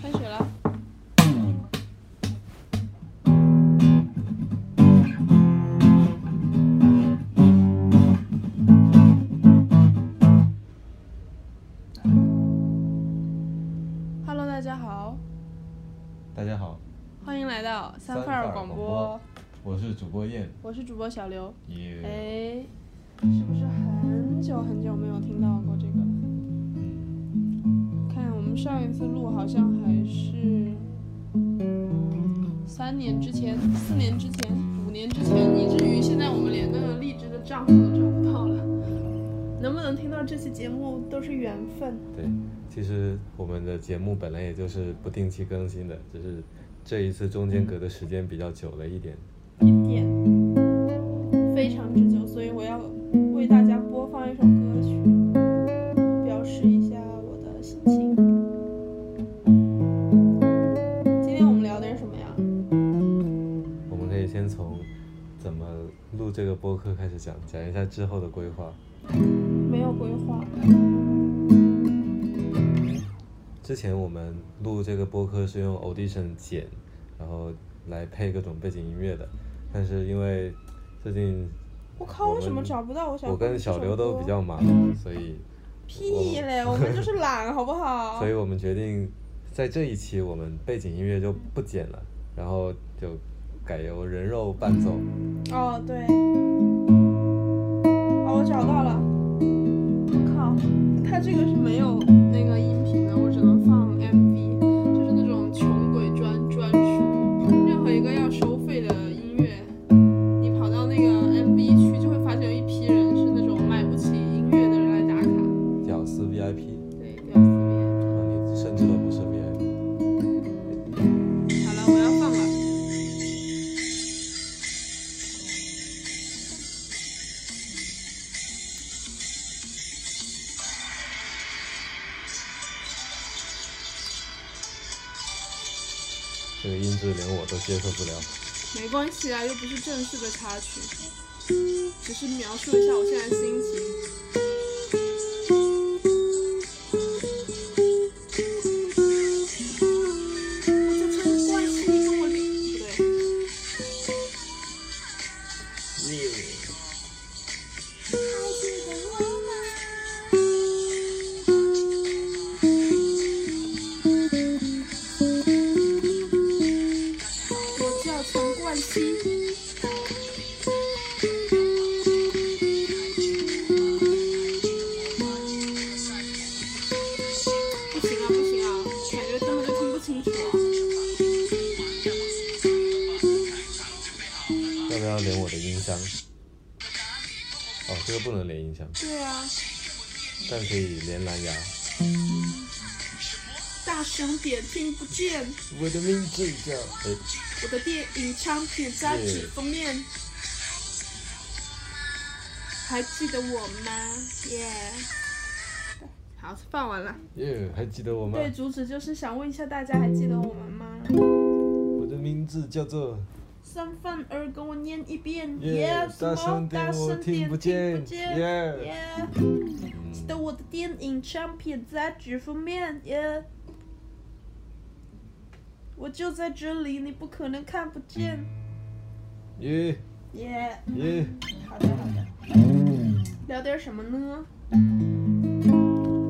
开始了。Hello，大家好，大家好，欢迎来到三三份份儿儿广广播播，我是主播燕，我是主播小刘。也哎，是不是很久很久没有听到过这个了？嗯看我们上一次录好像还是三年之前、四年之前、五年之前，以至于现在我们连那个荔枝的账户都找不到了。能不能听到这期节目都是缘分。对，其实我们的节目本来也就是不定期更新的，只是这一次中嗯间隔的时间比较久了一点。一点，非常之久，所以我要为大家播放一首歌曲，表示一下我的心情。今天我们聊的是什么呀？我们可以先从怎么录这个播客开始讲，讲一下之后的规划。没有规划，之前我们录这个播客是用 Audition 剪，然后来配各种背景音乐的，但是因为最近我靠，我为什么们找不到我想我跟放的这小首刘都歌比较忙，所以屁嘞，我 们就是懒，好不好？所以我们决定在这一期我们背景音乐就不剪了，然后就改由人肉伴奏。哦，对。哦，我找到了。我靠，它这个是没有那个音频的，我只能放 MV，就是那种穷鬼专专属。任何一个要收费的音乐，你跑到那个 MV 区，就会发现有一批人是那种买不起音乐的人来打卡。屌丝 VIP，对，屌丝面。然后你甚至都不是 VIP。好了，我要放了。这个音质连我都接受不了。没关系啊，又不是正式的插曲，只是描述一下我现在心情。我就真关系你跟我离不对，还记得我吗？我叫陈冠希。不行啊，不行啊，感觉根本就听不清楚啊。要不要连我的音箱？哦，这个不能连音箱，对啊，但可以连蓝牙。大声点，听不见。我的名字叫……哎，我的电影唱片杂志封面。还记得我吗？耶、好，放完了。耶，还记得我吗？对，主旨就是想问一下大家，还记得我们吗？我的名字叫做……三番二跟我念一遍，耶耶，怎么大声点大声我听不点见听不见，耶嗯耶记得我的电影唱片杂志封面，耶。我就在这里，你不可能看不见，嗯耶耶、耶，好的好的，聊点什么呢？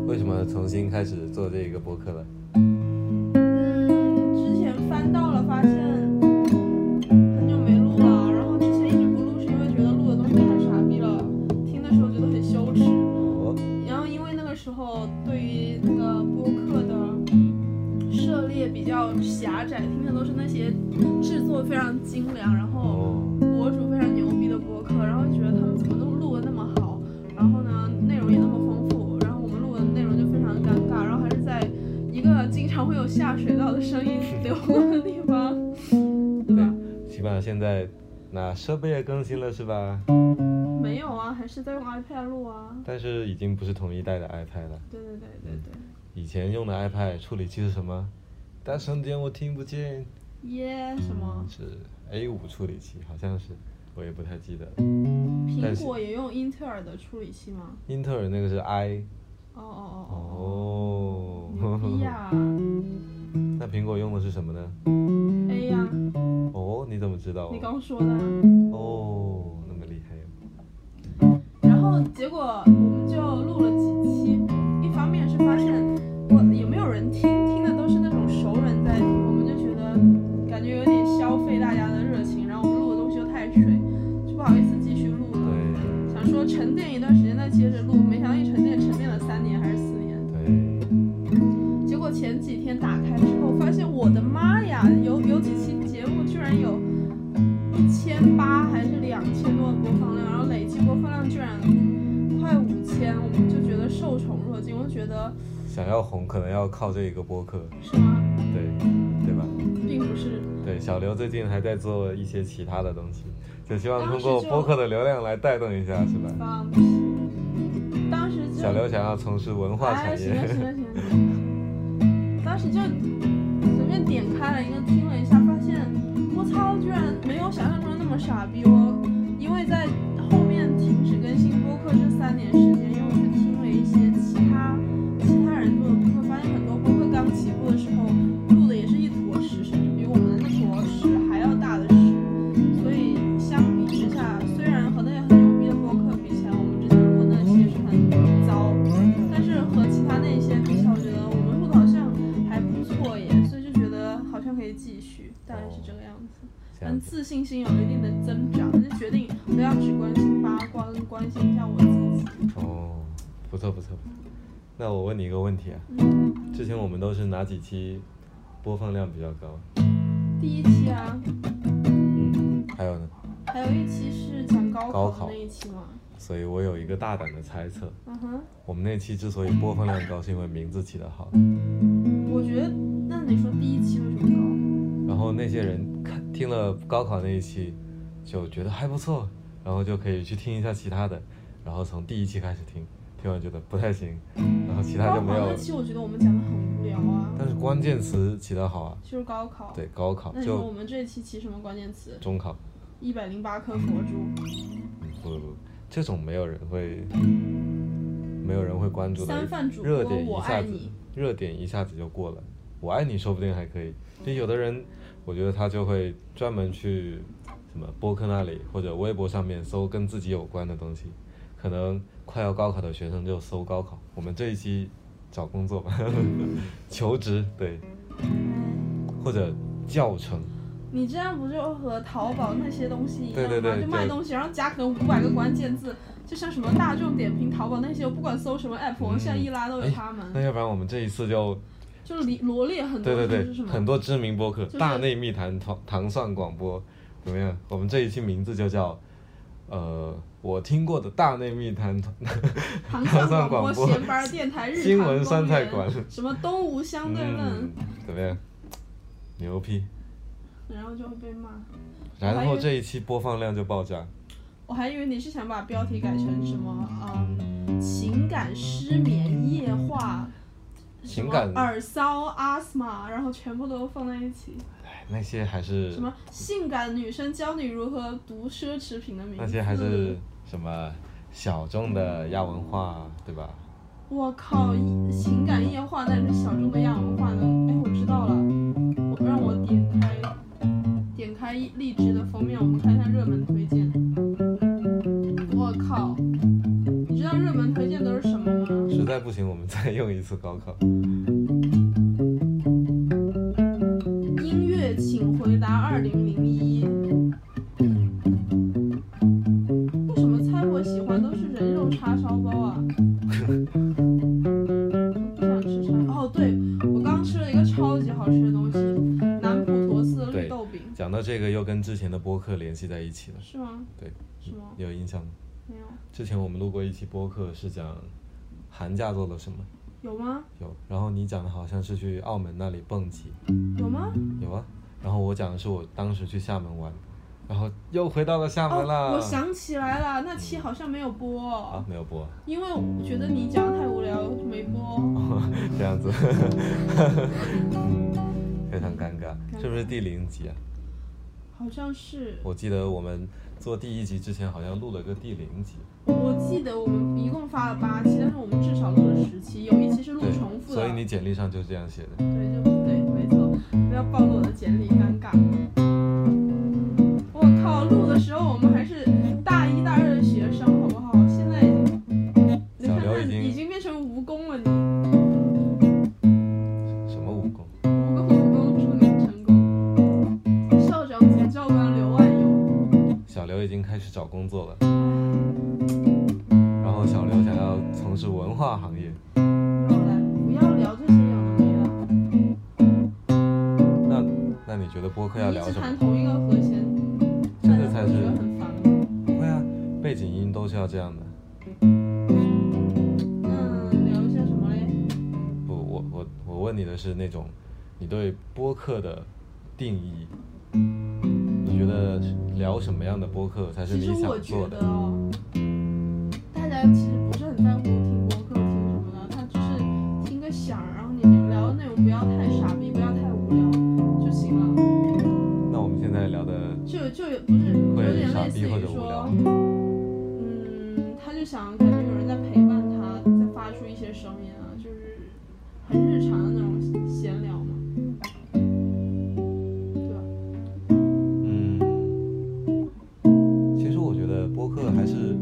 为什么重新开始做这个播客了？嗯，之前翻到了，发现很久没录了，然后之前一直不录是因为觉得录的东西太傻逼了，听的时候觉得很羞耻，哦，然后因为那个时候对于那个播客的涉猎比较狭窄，听的都是那些制作非常精良，然后。哦。博主非常牛逼的播客，然后觉得他们怎么都录的那么好，然后呢内容也那么丰富，然后我们录的内容就非常尴尬，然后还是在一个经常会有下水道的声音流过的地方，对吧？起码现在那设备也更新了是吧？没有啊，还是在用 iPad 录啊。但是已经不是同一代的 iPad 了。对对对对以前用的 iPad 处理器是什么？大声点，我听不见。对，耶、什么？是 A 5处理器，好像是，我也不太记得。但苹是果也用英特尔的处理器吗？英特尔那个是 i。哦哦哦哦，哦。牛逼呀！ 那苹果用的是什么呢？ A 哎呀、哦，你怎么知道你啊？刚说的啊。哦，那么厉害哟。然后结果我们就录了几期，一方面是发现我也没有人听，听的都是那种熟人在听，我们就觉得感觉有点消费大家的热情，然后我们录的东西又太水，就不好意思继续录了。对想说沉淀一段时间再接着录，没想到一沉淀沉淀了三年还是四年。对，结果前几天打开之后，发现我的妈呀，有有几期节目居然有一千八还是两千多的播放量，然后累计播放量居然快五千，我们就觉得受宠若惊，我就觉得想要红可能要靠这一个播客，是吗？对，嗯对吧？并不是，对，小刘最近还在做一些其他的东西，就希望当时通过就播客的流量来带动一下，是吧？放屁。嗯当时就小刘想要从事文化哎，产行业了，行了行了，当时就随便点开了一个听了一下，发现我操，居然没有想象中的那么傻逼哦！因为在后面停止更新播客这三年时间，又去听了一些其他其他人做的播客，发现很多播客刚起步的时候录的也是一坨屎，甚至比我们的那坨屎还要大的屎。所以相比之下，虽然和那些很牛逼的播客比起来，我们之前录的那些是很糟。但是和其他那些比起来，我觉得我们录的好像还不错耶，所以就觉得好像可以继续，大概是这个样子。这样嗯，子。自信心有一定的增长，就决定不要只关心八卦，更关心一下我自己。哦，不错不错不错。那我问你一个问题啊，嗯，之前我们都是哪几期播放量比较高？第一期啊，嗯，还有呢？还有一期是讲高考高考的那一期嘛。所以我有一个大胆的猜测，嗯哼，我们那期之所以播放量高，是因为名字起得好。我觉得，那你说第一期为什么然后那些人看听了高考那一期，就觉得还不错，然后就可以去听一下其他的，然后从第一期开始听，听完觉得不太行，然后其高？他高就没考有那了。期我觉得我们讲的很无聊啊，但是关键词起得好啊，就是高考。对，高考那你说我就们这一期起什么关键词？中考，一百零八颗佛珠。嗯不不不，这种没有人会，没有人会关注的三饭主播热点我一爱下子你，热点一下子就过了。我爱你说不定还可以，就有的人，我觉得他就会专门去什么播客那里或者微博上面搜跟自己有关的东西，可能快要高考的学生就搜高考。我们这一期找工作吧， 求职对，或者教程，你这样不就和淘宝那些东西一样吗？对对对就卖对东西，然后加可能五百个关键字，就像什么大众点评、淘宝那些，我不管搜什么 app，我嗯现在一拉都哎有他们，那要不然我们这一次就就罗罗列很多对对就是什对，么很多知名播客，就是大内密谈糖糖蒜广播，怎么样？我们这一期名字就叫，呃，我听过的大内密谈糖糖糖蒜蒜广广播、播闲班儿电台、日新坛闻公酸菜园馆，什么东吴相对论，嗯，怎么样？牛批！然后就会被骂。然后这一期播放量就爆炸，我还以为你是想把标题改成什么，嗯，情感失眠夜话，什情么感耳骚、阿斯玛，然后全部都放在一起。哎，那些还是什么性感女生教你如何读奢侈品的名字？那些还是什么小众的亚文化，对吧？我靠，情感夜话那是小众的亚文化呢？哎，我知道了，我让我点开点开荔枝的封面，我们看一下热门推荐。我靠，你知道热门推荐都是什么吗？实在不行，我们再用一次高考。音乐，请回答二零零一。为什么猜我喜欢都是人肉叉烧包啊？我不想吃叉。哦，对，我刚吃了一个超级好吃的东西，南普陀寺的绿对豆饼，讲到这个，又跟之前的播客联系在一起了，是吗？对，是吗？有印象吗？没有，之前我们录过一期播客，是讲寒假做了什么，有吗？有。然后你讲的好像是去澳门那里蹦极，有吗？有啊。然后我讲的是我当时去厦门玩，然后又回到了厦门啦。哦，我想起来了，那期好像没有播，哦啊，没有播啊， 因为我觉得你讲得太无聊就没播。这样子，嗯非常尴尬，是不是第零集啊？好像是，我记得我们做第一集之前好像录了个第零集，我记得我们一共发了八期，但是我们至少录了十期，有一期是录对重，复的。所以你简历上就这样写的。对，就对，没错。不要暴露我的简历，尴尬。我靠，录的时候我们还是大一大二的学生，好不好？现在已经，你小看刘已看经已经变成蜈蚣了，你什么武功？蜈蚣蜈蚣出名成功。校长请教官刘万有，小刘已经开始找工作了，然后小刘想要从事文化行业，然后来不要聊这些有的没的，那那你觉得播客要你一聊直什弹么？同一个和弦，这个才我是觉得很烦。不会啊，背景音都是要这样的。那聊一些什么嘞？不，我我我问你的是那种，你对播客的定义，你觉得聊什么样的播客才是其你实我想觉做得的？哦，大家其实不是很在乎听播客听什么的，他只是听个响儿，然后你们聊的内容不要太傻逼，不要太无聊就行了。那我们现在聊的就就有不是有会点傻类似逼于或者无说聊，，嗯，他就想感觉有人在陪伴他，在发出一些声音啊，就是很日常的那种闲聊嘛，对吧？嗯，其实我觉得播客还是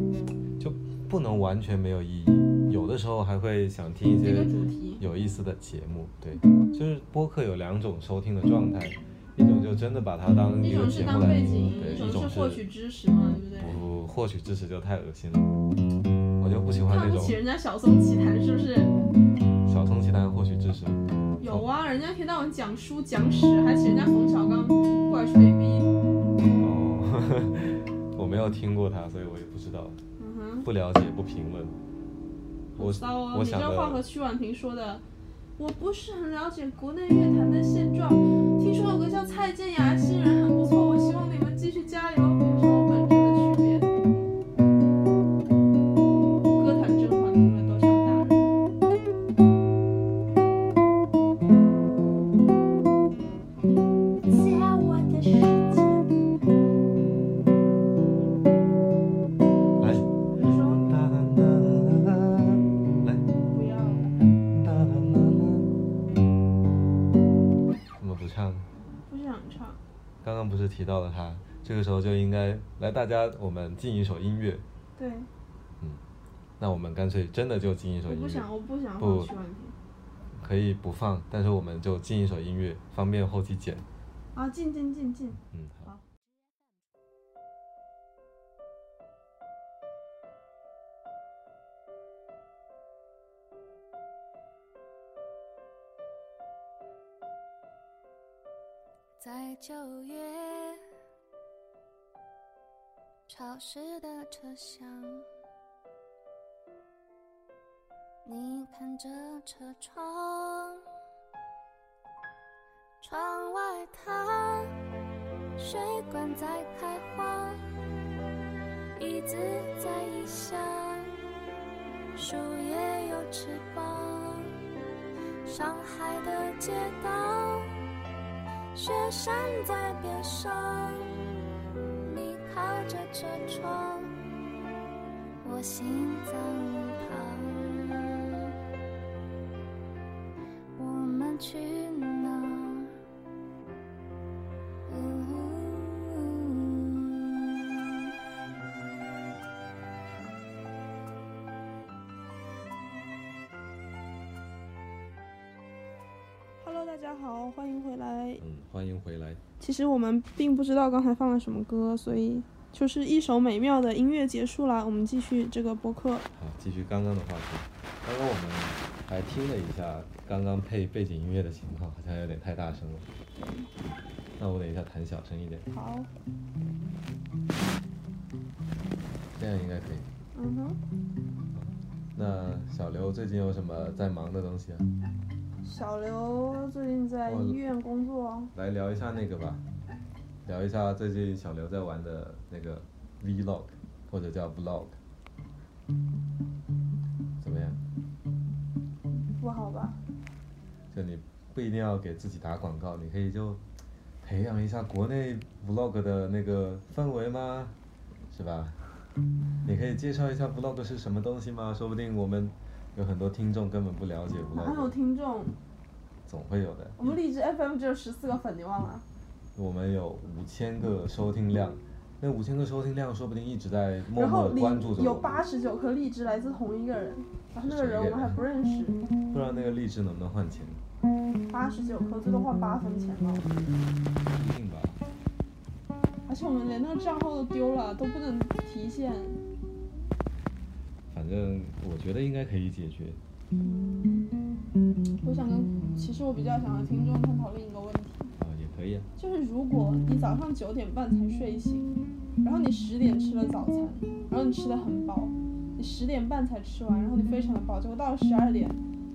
就不能完全没有意义，有的时候还会想听一这个些主题，有意思的节目。对，就是播客有两种收听的状态，一种就真的把它当一个种节是目当来背听，景，对，一一种种是获取知识嘛，对不对？不获取知识就太恶心了，我就不喜欢看那不种起人家小松奇谈是不是？小通奇谈获取知识。有啊，人家一天到晚讲书讲史，还请人家冯小刚过来吹逼。哦，我没有听过它，所以我也不知道，嗯哼，不了解，不评论。我好骚哦！我你这想话的和曲婉婷说的，我不是很了解国内乐坛的现状。听说有个叫蔡健雅的新人很不错，我希望你们继续加油。比如说我本质的区别，歌坛甄嬛永远都像大人。在我的世界。来。你说来不要，怎么不唱？不想唱。刚刚不是提到了他，这个时候就应该来，大家我们进一首音乐。对，那我们干脆真的就进一首我音不乐，想，我不想不放曲婉婷。可以不放，但是我们就进一首音乐，方便后期剪。啊，进进进进。嗯，好好。在九月潮湿的车厢，你看着车窗，窗外它水管在开花，椅子在异乡，树叶有翅膀，上海的街道。雪山在边上，你靠着车窗，我心脏旁。我们去哪儿？嗯哈喽，大家好，欢迎回来。嗯，欢迎回来。其实我们并不知道刚才放了什么歌，所以就是一首美妙的音乐结束啦。我们继续这个播客。好，继续刚刚的话题。刚刚我们还听了一下刚刚配背景音乐的情况，好像有点太大声了。那我等一下弹小声一点，好，这样应该可以。嗯哼，那小刘最近有什么在忙的东西啊？小刘最近在我医院工作，来聊一下那个吧，聊一下最近小刘在玩的那个 Vlog，或者叫 Vlog，怎么样？不好吧？就你不一定要给自己打广告，你可以就培养一下国内 Vlog 的那个氛围吗？是吧？你可以介绍一下 Vlog 是什么东西吗？说不定我们有很多听众根本不了解哪有 Vlog，听众？总会有的。我们荔枝 FM 只有十四个粉，你忘了？我们有五千个收听量，那五千个收听量说不定一直在默然后默地里关注着有我八们，十九颗荔枝来自同一个人，然后那个是谁人我们还不认识，不知道那个荔枝能不能换钱？八十九颗最多换八分钱吧。不一定吧。而且我们连那个账号都丢了，都不能提现。反正我觉得应该可以解决。我想跟，其实我比较想和听众探讨另一个问题，啊，也可以啊。就是如果你早上九点半才睡醒，然后你十点吃了早餐，然后你吃的很饱，你十点半才吃完，然后你非常的饱，结果到了十二点，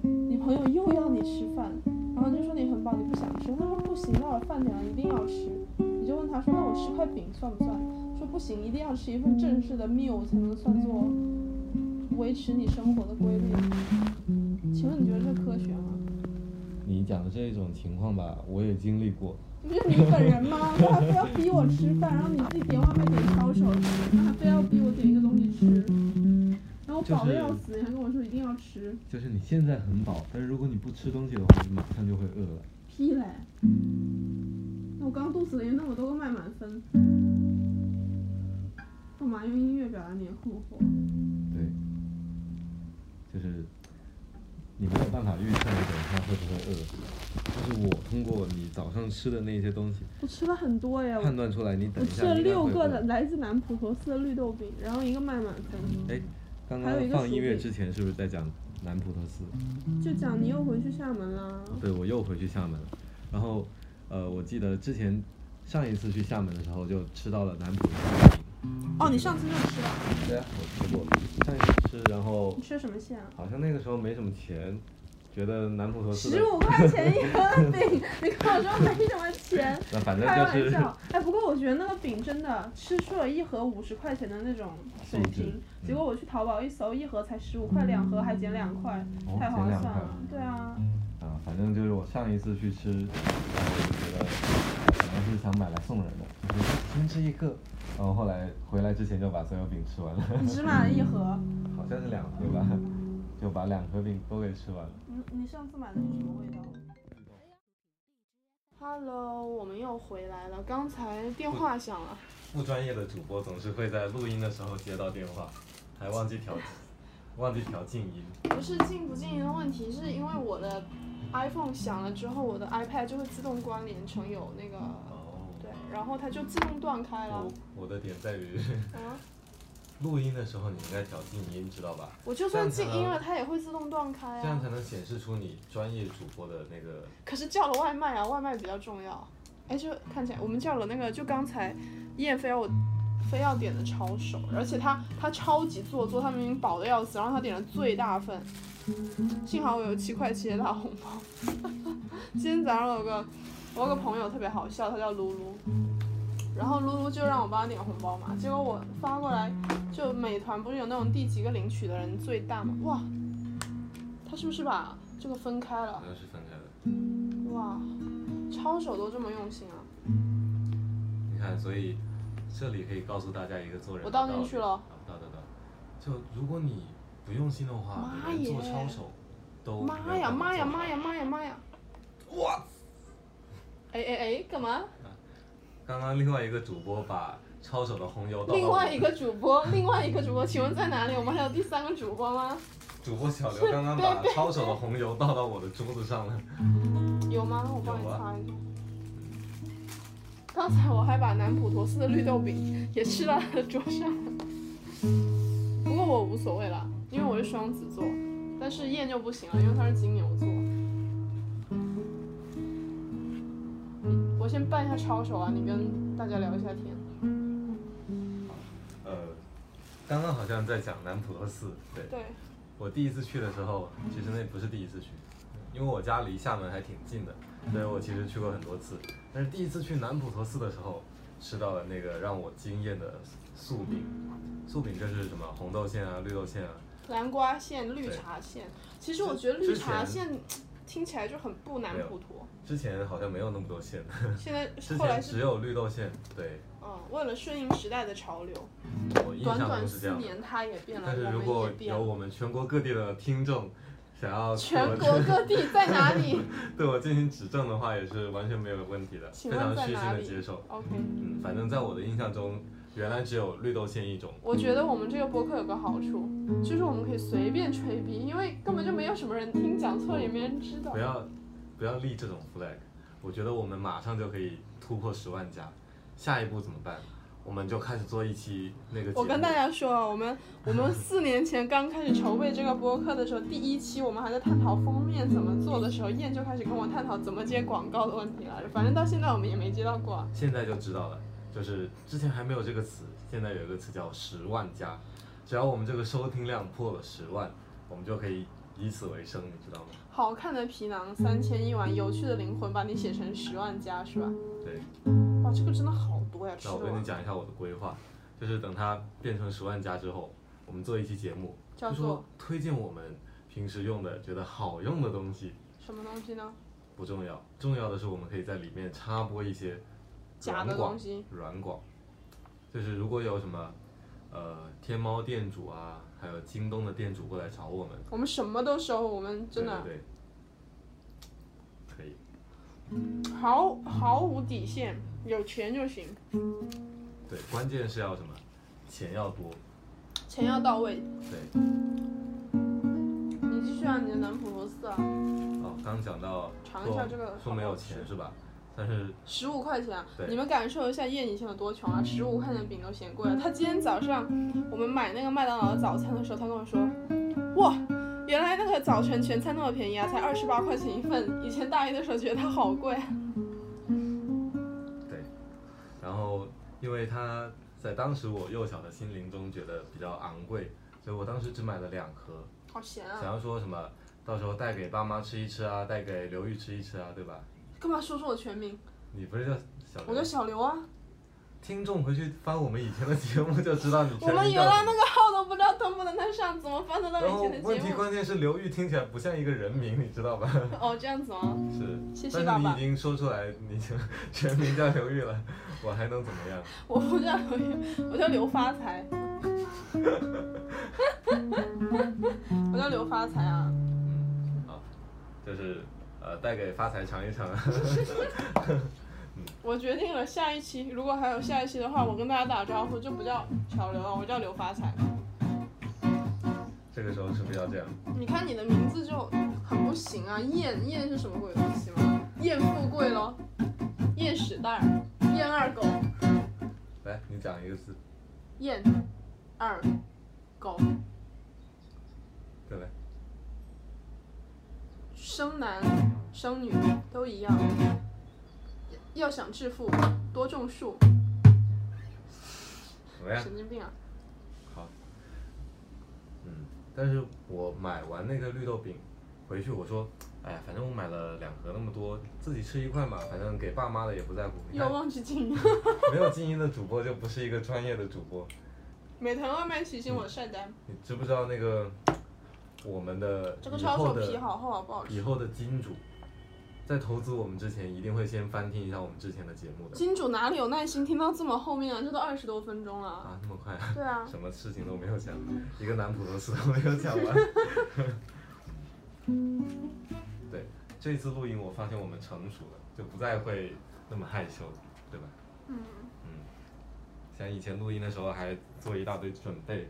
你朋友又要你吃饭，然后你就说你很饱，你不想吃，他说不行，到了饭点了一定要吃，你就问他说那我吃块饼算不算？说不行，一定要吃一份正式的 meal 才能算作维持你生活的规律。请问你觉得这科学吗？你讲的这种情况吧，我也经历过。不是你本人 吗？他还非要逼我吃饭，然后你自己点外卖点抄手，他还非要逼我点一个东西吃，然后我饱的要死，你还跟我说一定要吃，就是你现在很饱，但是如果你不吃东西的话，你马上就会饿了。屁嘞！那我刚肚子里那么多个麦满分，干嘛用音乐表达你的困惑？对，就是你没有办法预测你等一下会不会饿，但是我通过你早上吃的那些东西我吃了很多耶，我判断出来，你等我一吃下了应该六会个的饿。来自南普陀寺的绿豆饼，然后一个麦满分，哎，刚还有一刚个放薯音乐饼之前是不是在讲南普陀寺？就讲你又回去厦门啦。对，我又回去厦门了。然后，呃，我记得之前上一次去厦门的时候就吃到了南普陀寺。哦，你上次就吃了，对啊，我吃过。上一次吃，然后你吃的什么馅啊？好像那个时候没什么钱，觉得南普陀寺的十五块钱一盒饼，你跟我说没什么钱， 那 反正开就玩是笑。哎，不过我觉得那个饼真的吃出了一盒五十块钱的那种水素质嗯平，结果我去淘宝一搜，一盒才十五块，两盒还减两块，哦太减划两算块了。对啊， 啊，反正就是我上一次去吃，然后我就觉得可能是想买来送人的，就是先吃一个，然后后来回来之前就把所有饼吃完了， 你只买了一盒，好像是两盒吧， 就把两盒饼都给吃完了。你你上次买的是什么味道？Hello，我们又回来了。刚才电话响了，不专业的主播总是会在录音的时候接到电话，还忘记调， 忘记调静音。不是静不静音的问题，是因为我的 iPhone 响了之后，我的 iPad 就会自动关联成有那个哦，对，啊然后它就自动断开了我。我的点在于 啊，录音的时候你应该调静音，知道吧？我就算静音了，它也会自动断开这样啊。才能显示出你专业主播的那个。可是叫了外卖啊，外卖比较重要。哎，就看起来我们叫了那个，就刚才燕非要我非要点的抄手，而且他他超级做作，他明明饱的要死，然后他点了最大份。幸好我有七块七的大红包。 今天早上我有个我有个朋友特别好笑，他叫噜噜，然后噜噜就让我帮他点红包嘛，结果我发过来，就美团不是有那种第几个领取的人最大嘛？哇，他是不是把这个分开了好？像是分开的。哇，抄手都这么用心啊！你看，所以这里可以告诉大家一个做人我的倒道进理。去了啊，不倒倒倒。就如果你不用心的话，妈你连做耶抄手都妈呀妈呀妈呀！妈呀妈呀！哇！哎哎哎，干嘛？刚刚另外一个主播把抄手的红油倒到另外一我个主播，另外一个主播，请问在哪里？我们还有第三个主播吗？主播小刘刚刚把抄手的红油倒到我的桌子上了。有吗？我帮你有啊擦一下。刚才我还把南普陀寺的绿豆嗯饼也吃到他的桌上了，不过我无所谓了，因为我是双子座，但是燕就不行了，因为她是金牛座。嗯我先办一下抄手啊，你跟大家聊一下天。呃，刚刚好像在讲南普陀寺，对对，我第一次去的时候，其实那不是第一次去，因为我家离厦门还挺近的，所以我其实去过很多次。但是第一次去南普陀寺的时候，吃到了那个让我惊艳的素饼，素饼就是什么红豆馅啊、绿豆馅啊，南瓜馅、绿对茶馅，其实我觉得绿之茶前馅听起来就很不南没有普陀，之前好像没有那么 多馅，现在之后来前是只有绿豆馅。对，嗯，为了顺应时代的潮流，我印短象短中是这四样的。年它也变了，但是我如们果也变有了。我们全国各地的听众想要全国各 地在哪里？对我进行指正的话，也是完全没有问题的，非请问常在虚心哪的里接受。 ？OK，嗯，反正在我的印象中，原来只有绿豆馅一种。我觉得我们这个播客有个好处，就是我们可以随便吹逼，因为根本就没有什么人听，讲错了也没人知道不。要不要立这种 flag，我觉得我们马上就可以突破十万加。下一步怎么办？我们就开始做一期那个节目。我跟大家说啊，我们我们四年前刚开始筹备这个播客的时候，第一期我们还在探讨封面怎么做的时候，燕就开始跟我探讨怎么接广告的问题了。反正到现在我们也没接到过啊。现在就知道了，就是之前还没有这个词，现在有一个词叫十万加。只要我们这个收听量破了十万，我们就可以以此为生，你知道吗？好看的皮囊三千一碗，有趣的灵魂把你写成十万加是吧？对。哇，这个真的好多呀，吃那的我跟你讲一下我的规划，就是等它变成十万加之后，我们做一期节目，叫就做说推荐我们平时用的、觉得好用的东西，什么东西呢？不重要，重要的是我们可以在里面插播一些假的软广东西软广，就是如果有什么呃天猫店主啊，还有京东的店主过来找我们，我们什么都收，我们真的啊对对对，可以。毫毫无底线，有钱就行，对，关键是要什么？钱要多。钱要到位。对，你继续啊，你的南普陀寺啊，哦，刚讲到尝一下说这个说没有钱是吧？但是十五块钱啊对，你们感受一下燕以前有多穷啊！十五块钱的饼都嫌贵了。他今天早上我们买那个麦当劳的早餐的时候，他跟我说：“哇，原来那个早晨全餐那么便宜啊，才二十八块钱一份。以前大一的时候觉得它好 贵啊。对，然后因为它在当时我幼小的心灵中觉得比较昂贵，所以我当时只买了两盒，”好咸想啊！要说什么，到时候带给爸妈吃一吃啊，带给刘玉吃一吃啊，对吧？干嘛说出我全名？你不是叫小我叫刘？小刘啊。听众回去翻我们以前的节目就知道你我全们名原来叫什那么。个号都不知道登不登得上，怎么翻得到然以后前的问节题目？关键是刘玉听起来不像一个人名，你知道吧？ 哦，这样子吗？是，谢谢但是爸你爸已经 说出来，你就全名叫刘玉了，我还能怎么样？我不叫刘烨，我叫刘发财。我叫刘发财啊！嗯，啊，就是呃，带给发财尝一尝。我决定了，下一期如果还有下一期的话，我跟大家打招呼就不叫小刘了，我叫刘发财。这个时候是不是要这样？你看你的名字就很不行啊！燕燕是什么鬼东西吗？燕富贵咯，燕屎蛋儿，燕二狗，来，你讲一个字，燕二狗，对吧？生男生女都一样。要想致富，多种树。怎么样？神经病啊！嗯，但是我买完那个绿豆饼回去，我说，哎呀，反正我买了两盒那么多，自己吃一块嘛，反正给爸妈的也不在乎。你又看，忘记静音。没有静音的主播就不是一个专业的主播。美团外卖提醒我晒单，你知不知道那个我们的这个以抄后手皮的好厚啊，不好以吃。后的金主，在投资我们之前一定会先翻听一下我们之前的节目的金主哪里有耐心听到这么后面啊？这都二十多分钟了。啊，那么快啊。对啊，什么事情都没有讲，一个男普陀司都没有讲完。 对，这次录音我发现我们成熟了，就不再会那么害羞，对吧？嗯，像以前录音的时候还做一大堆准备，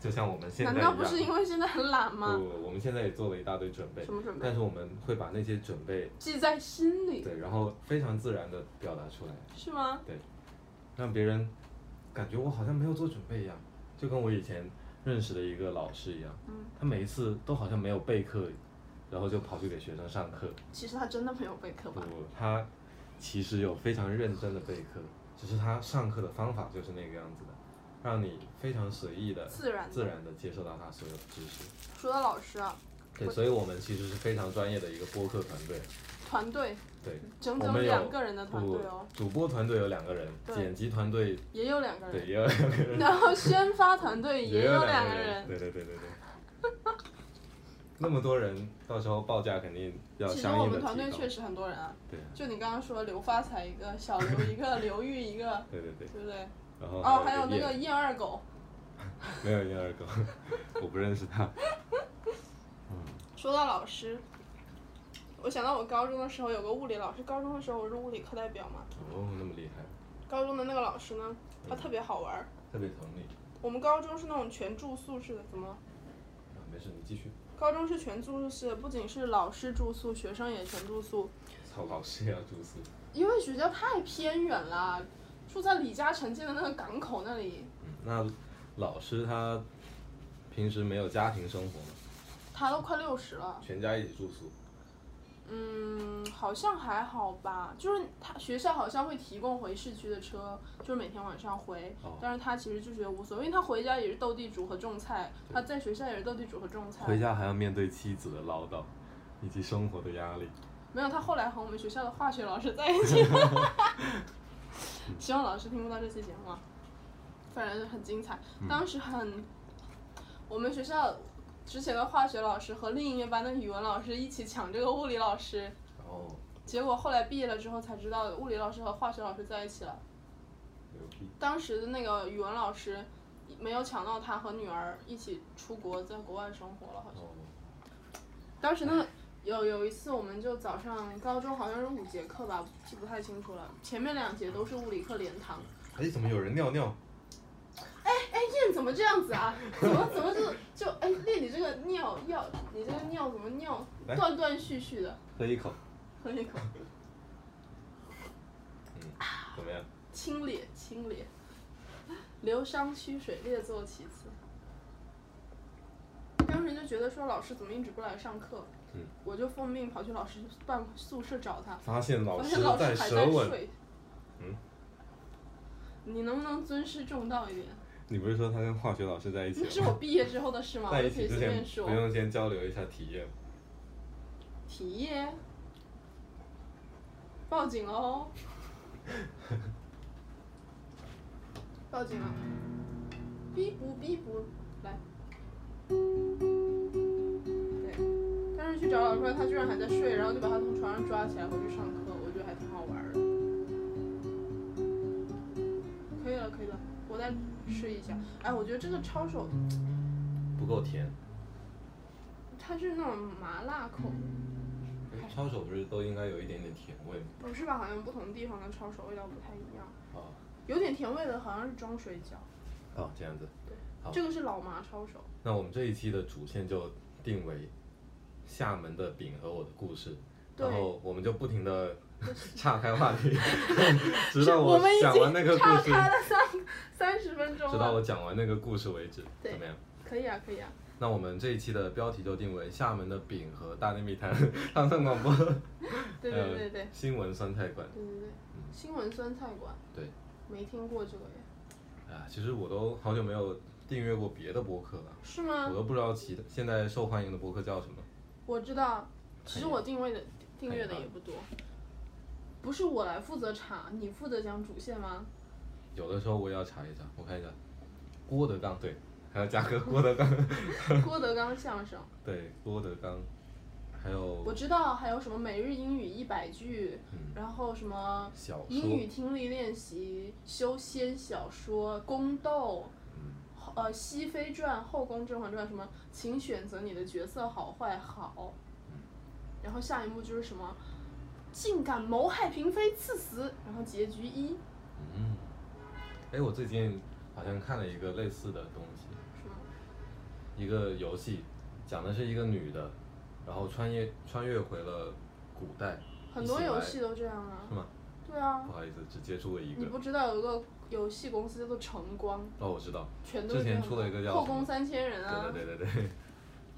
就像我们现在难一道样。不是因为现在很懒吗？不我们现在也做了一大堆准备什，么准备？但是我们会把那些准备记在心里对，然后非常自然的表达出来，是吗？让别人感觉我好像没有做准备一样，就跟我以前认识的一个老师一样，嗯他每一次都好像没有备课，然后就跑去给学生上课。其实他真的没有备课不吧？，他其实有非常认真的备课，只是他上课的方法就是那个样子的，让你非常随意的、自然的。自然的接受到他所有的知识。说到老师啊，对，我所以我们其实是非常专业的一个播客团队。团队对，整我们整有两个人的团不队哦，，主播团队有两个人，对剪辑团队也有两个对人，也有两个人。然后宣发团队也有两个人。对对对对对。 那么多人，到时候报价肯定要其实相我应的们提高。团队确实很多人啊，对啊就你刚刚说刘发财一个，小刘一个，刘玉一个，对对对，对不对？然后哦，还有那叶个燕二狗， 没有燕二狗，我不认识他。说到老师，我想到我高中的时候有个物理老师，高中的时候我是物理课代表嘛，哦，那么厉害，高中的那个老师呢，他特别好玩儿。特别疼你。我们高中是那种全住宿式的，怎么了？啊，没事，你继续。高中是全住宿式的，不仅是老师住宿，学生也全住宿。操，老师也要住宿。因为学校太偏远了，住在李嘉诚建的那个港口那里。那老师他平时没有家庭生活吗？他都快六十了，全家一起住宿。嗯，好像还好吧，就是他学校好像会提供回市区的车，就是每天晚上回，哦但是他其实就觉得无所谓，因为他回家也是斗地主和种菜，对他在学校也是斗地主和种菜。回家还要面对妻子的唠叨，以及生活的压力。没有，他后来和我们学校的化学老师在一 起 了。希望老师听不到这期节目啊，反正很精彩。嗯当时很，我们学校之前的化学老师和另一个班的语文老师一起抢这个物理老师，哦，结果后来毕业了之后才知道物理老师和化学老师在一起了。牛逼。当时的那个语文老师没有抢到他和女儿一起出国，在国外生活了，好像。哦，当时呢，有有一次我们就早上高中好像是五节课吧，记不太清楚了。前面两节都是物理课连堂。哎，怎么有人尿尿？ 哎，燕怎么这样子啊？怎么怎么就就哎，练你这个尿要你这个尿怎么尿来断断续续的？喝一口。喝一口，嗯，怎么样？清冽清冽，流觞曲水，列坐其次。当时就觉得说老师怎么一直不来上课，嗯我就奉命跑去老师办宿舍找他。发现老发师现老师在还舌吻。睡。嗯。你能不能尊师重道一点？你不是说他跟化学老师在一起那了是我毕业之后的事吗？我在就一可起以之随前便不说。用先交流一下体验吗？体液。报警了哦！报警了！哔不哔不，来。对，当时去找老师发现他居然还在睡，然后就把他从床上抓起来回去上课，我觉得还挺好玩儿的。可以了，可以了，我再试一下。哎，我觉得这个抄手不够甜。它是那种麻辣口的。哎抄手不是都应该有一点点甜味吗？不是吧？好像不同地方的抄手味道不太一样，啊有点甜味的好像是装水饺，哦，这样子。好这个是老麻抄手。那我们这一期的主线就定为厦门的饼和我的故事，对然后我们就不停的岔开话题，直是到我们已讲完那经个故岔事，开了三三十分钟直到我了，讲完那个故事为止，对怎么样？可以啊，可以啊，那我们这一期的标题就定为厦门的饼和大内密 谈汤汤广播，对对还有对对对新闻酸菜馆对对，新闻酸菜馆，对，没听过这个耶，啊，其实我都好久没有订阅过别的播客了，是吗我？都不知道其现在受欢迎的播客叫什么。我知道，其实哎呀我定位的订阅的哎呀也不多，不是我来负责查，你负责讲主线 吗？有的时候我也要查一查，我看一下，郭德纲对，还要加个郭德纲，郭德纲相声，对郭德纲，还我有知道，还有什么每日英语一百句，嗯然后什么。小呃英说语，听力练习、修仙小说、宫斗，嗯呃，《熹妃传》《后宫甄嬛传》什么，请选择你的角色好坏好。嗯然后下一幕就是什么，竟敢谋害嫔妃，赐死。然后结局一，嗯，哎，我最近好像看了一个类似的东西，是吗？一个游戏，讲的是一个女的，然后穿越穿越回了古代，很多游戏的都这样啊是。吗？对啊不，好意思，只接触过一你个。不知道有一个游戏公司叫做晨光，哦，我知道，全都之是这样前的出了一个叫后什么宫三千人啊。对对对对对，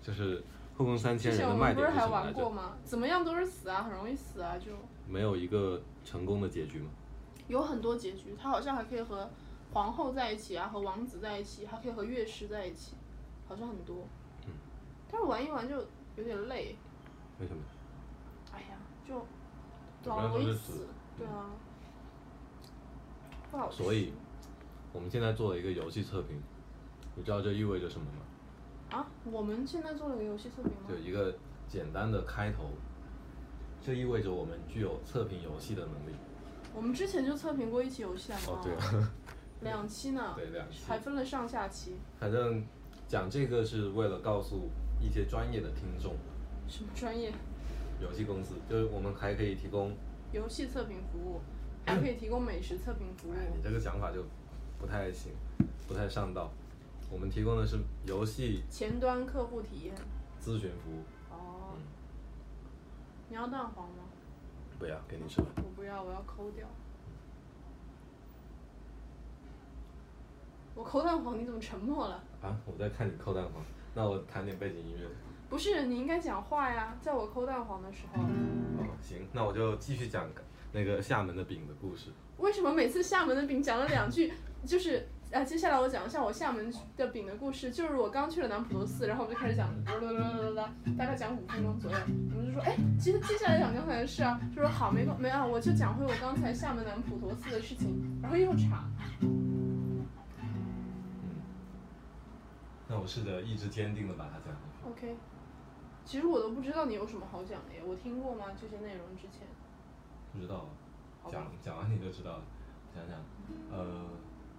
就是后宫三千之人前的我卖们不点啊是是还什么玩来过着？吗？怎么样都是死啊，很容易死啊，就。没有一个成功的结局吗？有很多结局，他好像还可以和皇后在一起啊，和王子在一起，还可以和乐师在一起，好像很多。嗯。但是玩一玩就有点累，为什么？哎呀，就主老要容就易是死死。嗯对啊。不好吃。所以我们现在做了一个游戏测评，你知道这意味着什么吗？啊，我们现在做了个游戏测评就吗？一个简单的开头，这意味着我们具有测评游戏的能力。我们之前就测评过一期游戏啊，哦，对啊，两期呢，对两期啊还分了上下期。反正讲这个是为了告诉一些专业的听众，什么专业？游戏公司，就是我们还可以提供。游戏测评服务，还可以提供美食测评服务。哎，你这个想法就不太行，不太上道。我们提供的是游戏前端客户体验。咨询服务，嗯哦。你要蛋黄吗？不要给你吃吧。我不要，我要抠掉。我抠蛋黄，你怎么沉默了？啊，我在看你扣蛋黄，那我弹点背景音乐。不是，你应该讲话呀。在我抠蛋黄的时候，哦，行，那我就继续讲那个厦门的饼的故事。为什么每次厦门的饼讲了两句，就是啊，接下来我讲一下我厦门的饼的故事。就是我刚去了南普陀寺，然后我们就开始讲，啦啦啦啦啦，大概讲五分钟左右。我们就说，哎，其实接下来讲刚才的事啊，就说好，没关没啊，我就讲回我刚才厦门南普陀寺的事情，然后又查。那我试着意志坚定的把它讲完。 OK，其实我都不知道你有什么好讲的耶，我听过吗？这些内容之前，不知道，好吧讲讲完你就知道了。想想，呃，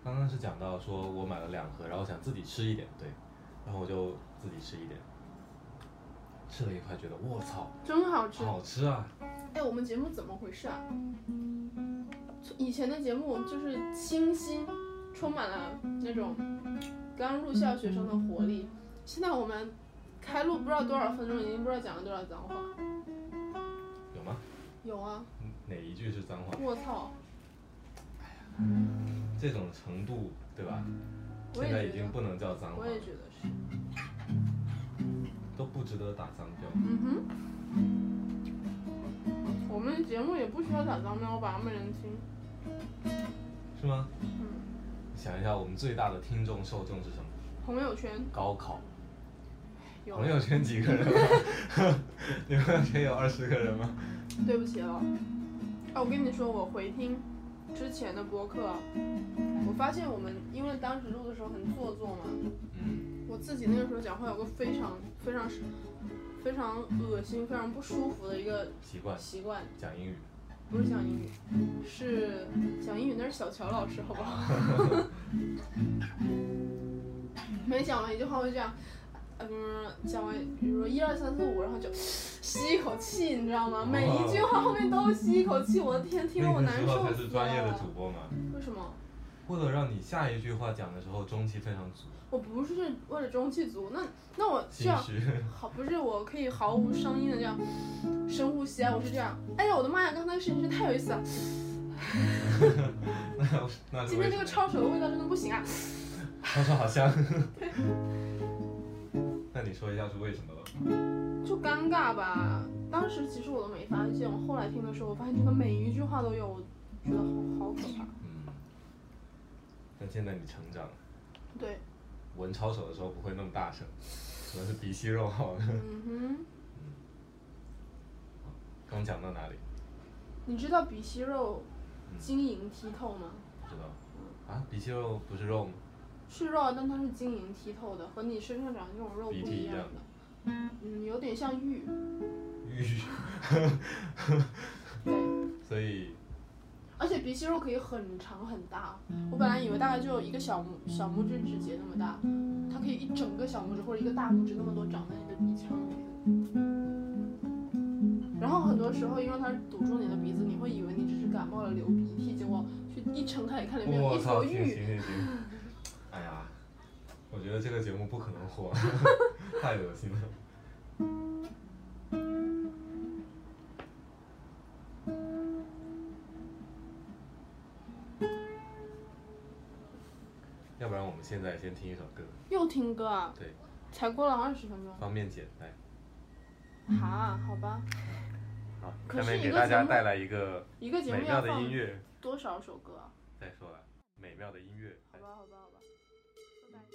刚刚是讲到说我买了两盒，然后想自己吃一点，对，然后我就自己吃一点，吃了一块，觉得我操，真好吃。好好吃啊！哎，我们节目怎么回事啊？以前的节目就是清新，充满了那种刚入校学生的活力。现在我们开录不知道多少分钟，已经不知道讲了多少脏话。有吗？有啊，哪一句是脏话？我操！这种程度，对吧？嗯我也现在已觉经得，不能叫脏话我，也觉得是。都不值得打脏标。嗯哼，我们节目也不需要打脏标吧，没人听。是吗？嗯，想一下，我们最大的听众受众是什么？朋友圈高考。有朋友圈几个人吗？ 你朋友圈有二十个人吗？对不起了。啊，我跟你说，我回听之前的播客，啊我发现我们因为当时录的时候很做作嘛，嗯，我自己那个时候讲话有个非常非常非常恶心、非常不舒服的一个习惯习惯，讲英语。不是讲英语，是讲英语那是小乔老师，好不好？ 没讲完一句话我就这样，呃，不是讲完，比如说一二三四五，然后就吸一口气，你知道吗？每一句话后面都吸一口气，我的天，听得我哦那难个时受候死了。才是专业的主播嘛，为什么？为了让你下一句话讲的时候中气非常足，我不是为了中气足，那那我这心样虚。好，不是我可以毫无声音的这样深呼吸啊，我是这样。哎呀，我的妈呀，刚才那个事情真太有意思了， 那那是今为天这什么个抄手的味道真的不行啊。他说 好香。 那你说一下是为什么吧？就尴尬吧。当时其实我都没发现，我后来听的时候，我发现真的每一句话都有，我觉得好好可怕。嗯，但现在你成长了， 对，闻抄手的时候不会那么大声，可能是鼻息肉好了。嗯刚讲到哪里？哼，你知道鼻息肉嗯晶莹剔透吗？不知道。啊，鼻息肉不是肉吗？ 是肉啊，但它是晶莹剔透的，和你身上长的那种肉不鼻涕一样样的。嗯，有点像玉。 玉。对，所以，而且鼻息肉可以很长很大，我本来以为大概就有一个小拇小拇指指节那么大，它可以一整个小拇指或者一个大拇指那么多长在你的鼻腔里。然后很多时候，因为它堵住你的鼻子，你会以为你只是感冒了流鼻涕，结果去一撑开，你看里面有我一操，坨行行玉。行行。哎呀，我觉得这个节目不可能火， 太恶心了。要不然我们现在先听一首歌，又听歌啊？对，才过了二十分钟。方便简单。哈，好吧，好，可下是面一给个大节家目带来一个一个节美目妙要的音放乐。多少首歌啊？再说了，美妙的音乐。好吧，好吧，好吧，拜拜。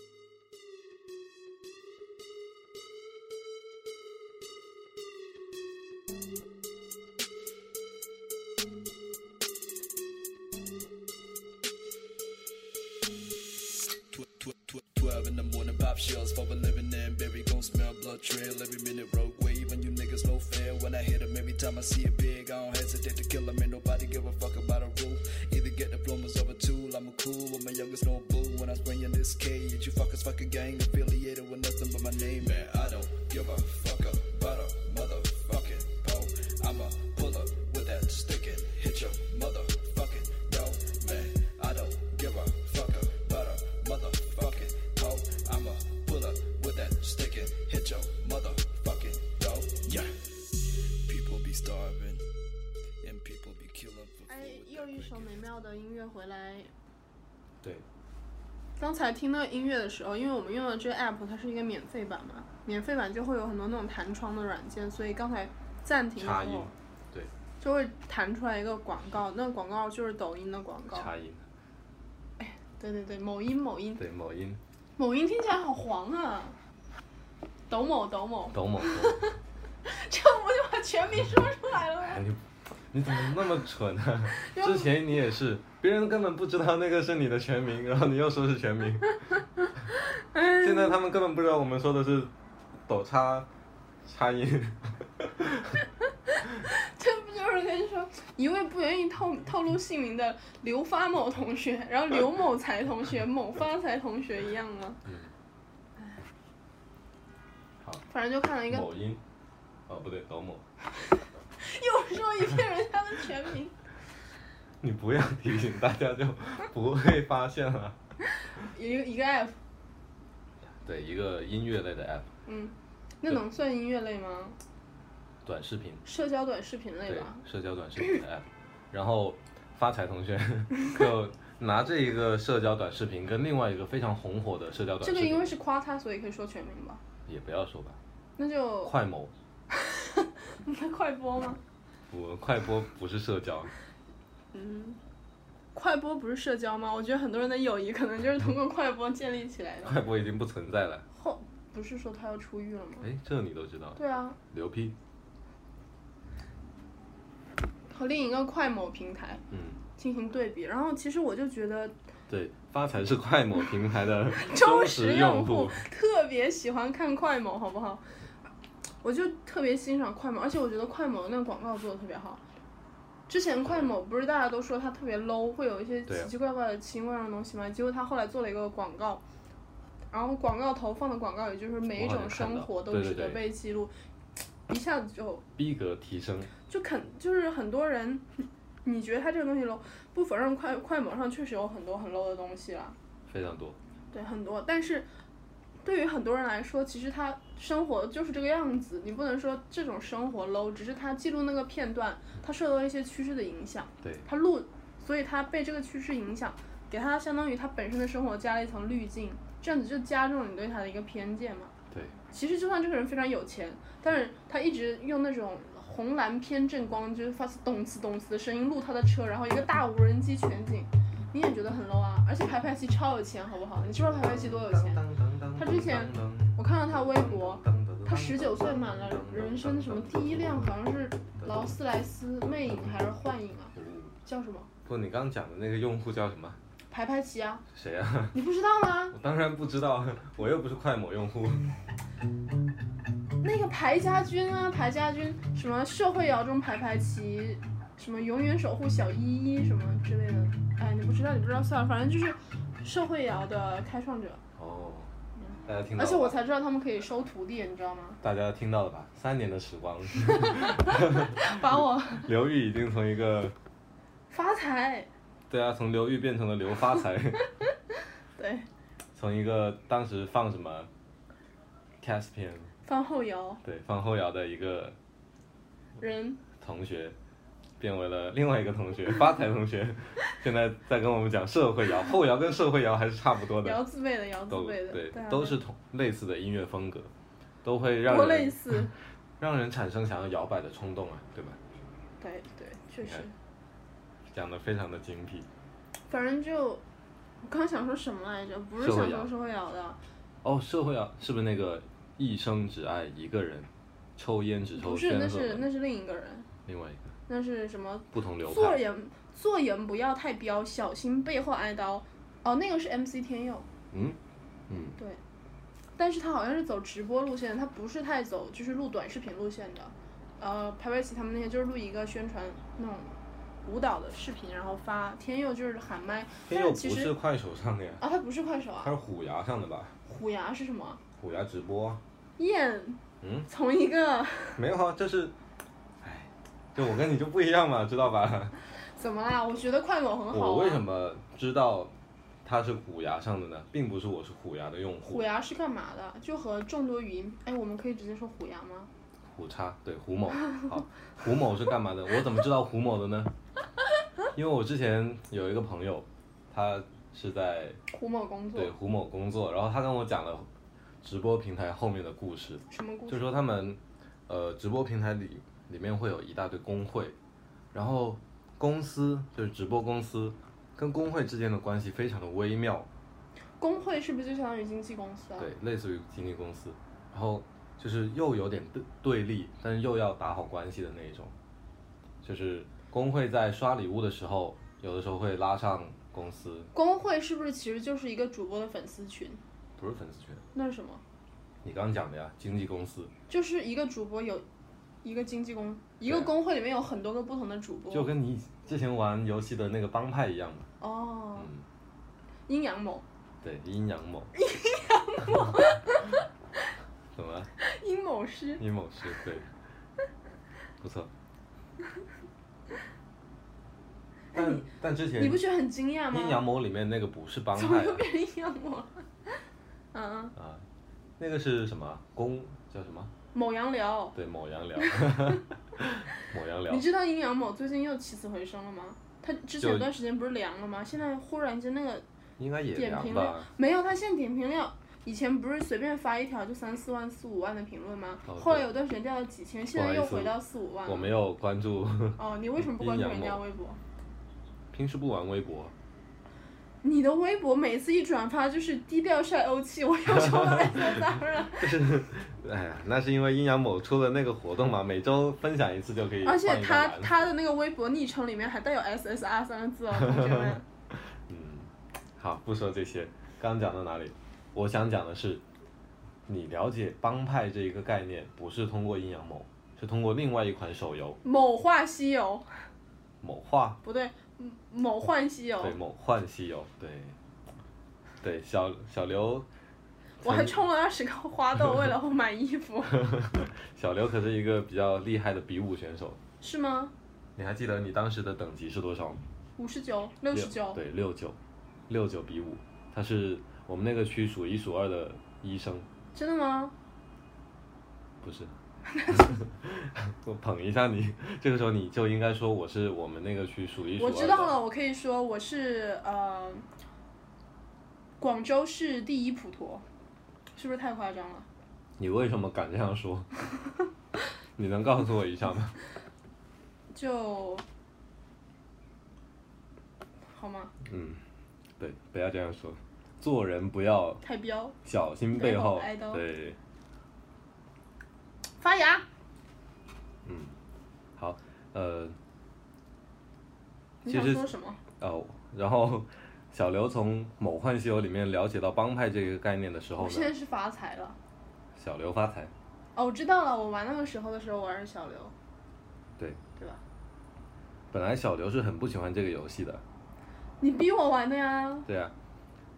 12 in the morning, pop shells for a living and baby gon' smell blood trail every minute road wave and you niggas no fair when I hit 'em every time I see a pig I don't hesitate to kill 'em. ain't nobody give a fuck about a rule either get diplomas or a tool I'm a cool with my youngest no boo when I'm spraying this cage you fuckers fuck a gang affiliated with nothing but my name man I don't give a fuck about a mother be starving, and people be killing for 哎 food，with 又 their 一首 wicked 美妙的音乐回来。对，刚才听到音乐的时候，因为我们用的这个 app 它是一个免费版嘛，免费版就会有很多那种弹窗的软件，所以刚才暂停以插音后，对，就会弹出来一个广告，那广告就是抖音的广告。插音，对对对，某音某音对，某音，某音听起来好黄啊！抖某抖某， 抖某，这不就把全名说出来了吗？哎你你怎么那么蠢啊？ 因为之前你也是，别人根本不知道那个是你的全名，然后你又说是 全名，现嗯在他们根本不知道我们说的是抖叉叉音。 这不就是跟你说一位不愿意透透露姓名的刘发某同学，然后刘某才同学、某发财同学一样吗？嗯，好，反正就看了一个，某音，哦不对，抖某，又说一遍人家的全名。你不要提醒大家就不会发现了。一个一个 app，对，一个音乐类的 app，嗯，那能算音乐类吗？短视频，社交短视频类啊对吧。，社交短视频的 app，然后发财同学 就拿这一个社交短视频跟另外一个非常红火的社交短这视频，个因为是夸他，所以可以说全名吧。也不要说吧，那就快某， 那快播吗？我快播不是社交，嗯，快播不是社交吗？我觉得很多人的友谊可能就是通过快播建立起来的。快播已经不存在了。后不是说他要出狱了吗？哎，这你都知道，对啊，牛批，和另一个快某平台嗯，进行对比，然后其实我就觉得对，发财是快某平 台的忠实实用用户，特别喜欢看快某，好不好？我就特别欣赏快某，而且我觉得快某的那个广告做的特别好。之前快某不是大家都说它特别 low，会有一些对啊奇奇怪怪的奇怪的东西嘛？结果他后来做了一个广告，然后广告投放的广告，也就是每一我好种像看生到活都对对值得对被记录，一下子就逼格提升，就肯就是很多人，你觉得他这个东西 low，不否认快快某上确实有很多很 low 的东西啦，非常多。对很多，但是对于很多人来说，其实他生活就是这个样子，你不能说这种生活 low，只是他记录那个片段，他受到一些趋势的影响，对，他录，所以他被这个趋势影响，给他相当于他本身的生活加了一层滤镜，这样子就加重你对他的一个偏见嘛。对，其实就算这个人非常有钱，但是他一直用那种红蓝偏振光，就是发出咚呲咚呲的声音录他的车，然后一个大无人机全景，你也觉得很 low 啊？而且排排齐超有钱，好不好？你知不知道排排齐多有钱？他之前我看到他微博，他十九岁买了人生什么第一辆好像是劳斯莱斯魅影还是幻影啊，叫什么？嗯不，你刚刚讲的那个用户叫什么？排排齐啊，谁啊？ 你不知道吗？我当然不知道，我又不是快某用户。那个排家军啊，排家军什么社会摇中排排齐，什么永远守护小依依什么之类的，哎，你不知道你不知道算了，反正就是社会摇的开创者，哦，大家听嗯到了吧，而且我才知道他们可以收徒弟，你知道吗？大家听到了吧？三年的时光，把我 刘玉已经从一个 发财，对啊，从刘玉变成了刘发财，对，从一个当时放什么 Caspian 放后摇对放后摇的一个人，同学，变为了另外一个同学 发财同学，现在在跟我们讲社会摇，后摇跟社会摇还是差不多的，摇自备的摇自都备的，对啊，都是同类似的音乐风格，都会让多类人似，让人产生想要摇摆的冲动啊，对吧？对对，确实你，看讲的非常的精辟。反正就我刚想说什么来着，不是社会想摇说社会摇的，哦，社会摇是不是那个一生只爱一个人，抽烟只抽不是，烟那和是那是另一个人，另外一个那是什么？不同流做派人做人不要太彪，小心背后挨刀。哦，那个是 MC 天佑，嗯嗯对，但是他好像是走直播路线，他不是太走就是录短视频路线的。呃，排排齐他们那些就是录一个宣传那种舞蹈的视频，然后发。天佑就是喊麦，但天是佑哎不其是实快手上的呀，啊，他不是快手啊，他是虎牙上的吧？虎牙是什么？虎牙直播啊燕，嗯从一个没有啊，这是，哎，就我跟你就不一样嘛，知道吧？怎么啦？我觉得快某很好、啊。我为什？么知道他是虎牙上的呢？并不是我是虎牙的用户，虎牙是干嘛的？就和众多语音，哎，我们可以直接说虎牙吗？虎胡叉，对胡某，好，胡某是干嘛的？我怎么知道胡某的呢？因为我之前有一个朋友，他是在胡某工作对，胡某工作，然后他跟我讲了直播平台后面的故事，什么故就事？说他们呃直播平台里里面会有一大堆工会，然后公司就是直播公司跟工会之间的关系非常的微妙，工会是不是就相当于经纪公司啊？对，类似于经纪公司，然后就是又有点对对立，但是又要打好关系的那一种，就是工会在刷礼物的时候，有的时候会拉上公司，工会是不是其实就是一个主播的粉丝群？不是粉丝群，那是什么？你刚讲的呀，经纪公司，就是一个主播有一个经纪公，一对个啊工会里面有很多个不同的主播。就跟你之前玩游戏的那个帮派一样嘛，哦，嗯。阴阳某，对，阴阳某。阴 阳某。怎么了？阴某师。阴某师对，不 错。但但之前你不觉得很惊讶吗？阴阳某里面那个不是帮怎么派又啊变成阴阳魔了？嗯，啊，那个是什么公叫什么？某羊聊，对，某 羊聊，某羊聊你。知道阴阳某最近又起死回生了吗？他之前就有段时间不是凉了吗？现在忽然间那个应该也点凉评量吧？没有，他现在点评量以前不是随便发一条就三四万、四五万的评论吗？哦对后来有段时间掉到几千，现在又回到四五万了。我没有关注，哦，你为什么不关注阴阳人某家微博？ 平时不玩微博。你的微博每次一转发就是低调晒欧气，我又收到 S S R 了。哎呀，那是因为阴阳某出了那个活动嘛，每周分享一次就可以换而一个且玩。他他的那个微博昵称里面还带有 SSR 三个字哦，同学 们。嗯，好，不说这些。刚刚讲到哪里？我想讲的是，你了解帮派这一个概念，不是通过阴阳某，是通过另外一款手游某话西游，某画，不对，嗯某幻西游对，，某幻西游，对，对，小小刘，我还充了二十个 花豆，为了买衣服，小刘可是一个比较厉害的比武选手。是吗？你还记得你当时的等级是多少吗？五十九，六十九，对，六九，六九比五，他是我们那个区数一数二的医生，真的吗？不是， 我捧一下你，这个时候你就应该说我是我们那个区数一数我二的。知道了，我可以说我是呃，广州市第一普陀，是不是太夸张了？你为什么敢这样说？ 你能告诉我一下吗？就，好吗？嗯，对，不要这样说，做人不要太彪，小心背背后后挨刀对，发芽，嗯，好，呃，你其想实说什么？哦，然后 小刘从《某幻西游》里面了解到帮派这个概念的时候我现呢，在是发财了。小刘发财，哦，我知道了，我玩那个时候的时候玩的是小刘，对，对吧？本来小刘是很不喜欢这个游戏的，你逼我玩的呀。？对啊，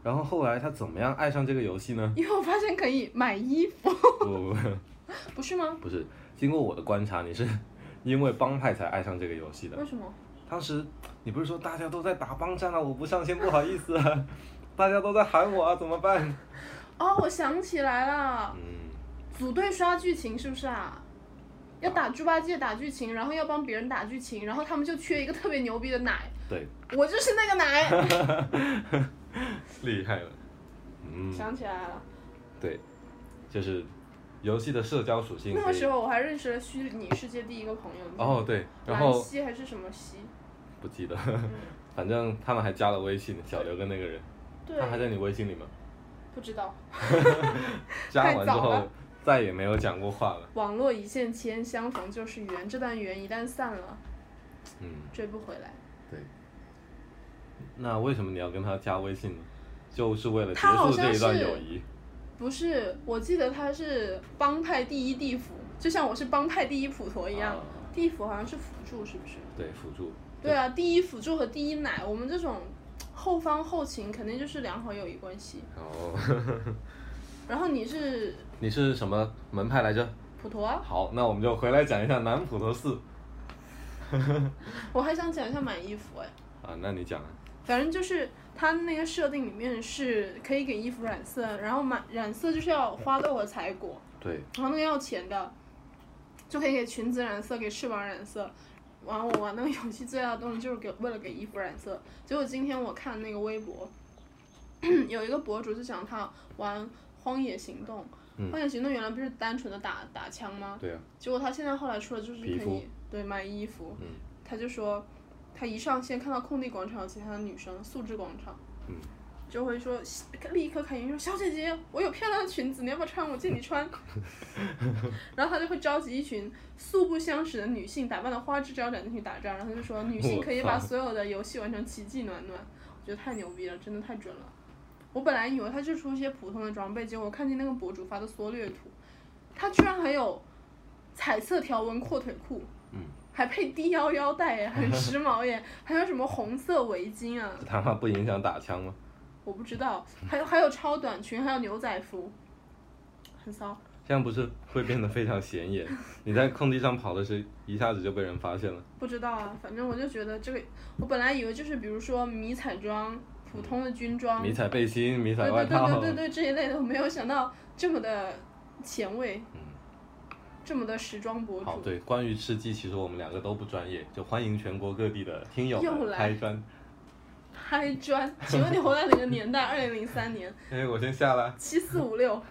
然后后来他怎么样爱上这个游戏呢因为我发现可以买衣服，不不不， 不是吗？不是，经过我的观察，你是 因为帮派才爱上这个游戏的为。什么？当时你不是说大家都在打帮战啊，我不上线不好意思啊， 大家都在喊我啊，怎么办？哦，我想起来了，嗯，组队刷剧情是不是啊？要打猪八戒打剧情，然后要帮别人打剧情，然后他们就缺一个特别牛逼的奶，对，我就是那个 奶。厉害了。嗯，想起来了，对，就是游戏的社交属性可以。那个时候我还认识了虚拟世界第一个朋友，你知道吗哦，对，兰然后溪还是什么溪？不记得， 嗯反正他们还加了微信，小刘跟那个人，对他，还在你微信里吗？不知道。加完之太早后了再也没有讲过话了。网络一线牵，相逢就是缘，这段缘一旦散了，嗯。追不回来。对。那为什么你要跟他加微信呢？就是为了结他好束像这一段是友谊。不是，我记得他是帮派第一地府，就像我是帮派第一普陀一样。啊地府好像是辅助，是不是？对，辅助。对啊，第一辅助和第一奶，我们这种后方后勤肯定就是良好友谊关系。然后然后你是你是什么门派来着？普陀啊， 好，那我们就回来讲一下南普陀寺我还想讲一下买衣服哎，啊。那你讲啊，反正就是它那个设定里面是可以给衣服染色，然后买染色就是要花豆和彩果，对，然后那个要钱的，就可以给裙子染色，给翅膀染色。完了，我玩那个游戏最大的动力就是给为了给衣服染色。结果今天我看那个微博，有一个博主就讲他玩《荒野行动》，荒野行动》原来不是单纯的打打枪吗？嗯对啊，结果他现在后来出了就是可皮肤嗯以对买衣服，他就说他一上线看到空地广场有其他的女生素质广场，嗯就会说立刻凯云说小姐姐，我有漂亮的裙子，你要不要穿？我借你穿。然后他就会召集一群素不相识的女性，打扮的花枝招展进去打仗，然后他就说女性可以把所有的游戏完成奇迹暖暖，我觉得太牛逼了，真的太准了。我本来以为他就出一些普通的装备，结果我看见那个博主发的缩略图，他居然还有彩色条纹阔腿裤，嗯，还配低腰腰带耶，很时髦耶，还有什么红色围巾啊，这他妈不影响打枪吗？我不知道，还有还有超短裙，还有牛仔服，很骚。这样不是会变得非常显眼？你在空地上跑的时候，一下子就被人发现了。不知道啊，反正我就觉得这个，我本来以为就是比如说迷彩装、普通的军装，迷彩背心、迷对彩对外套，对对对对这一类的，我没有想到这么的前卫，这么的时装博嗯好，主。对，关于吃鸡，其实我们两个都不专业，就欢迎全国各地的听友又们来开专。嗨砖，请问你活在哪个年代？二零零三年，哎，我先下了。七四五六。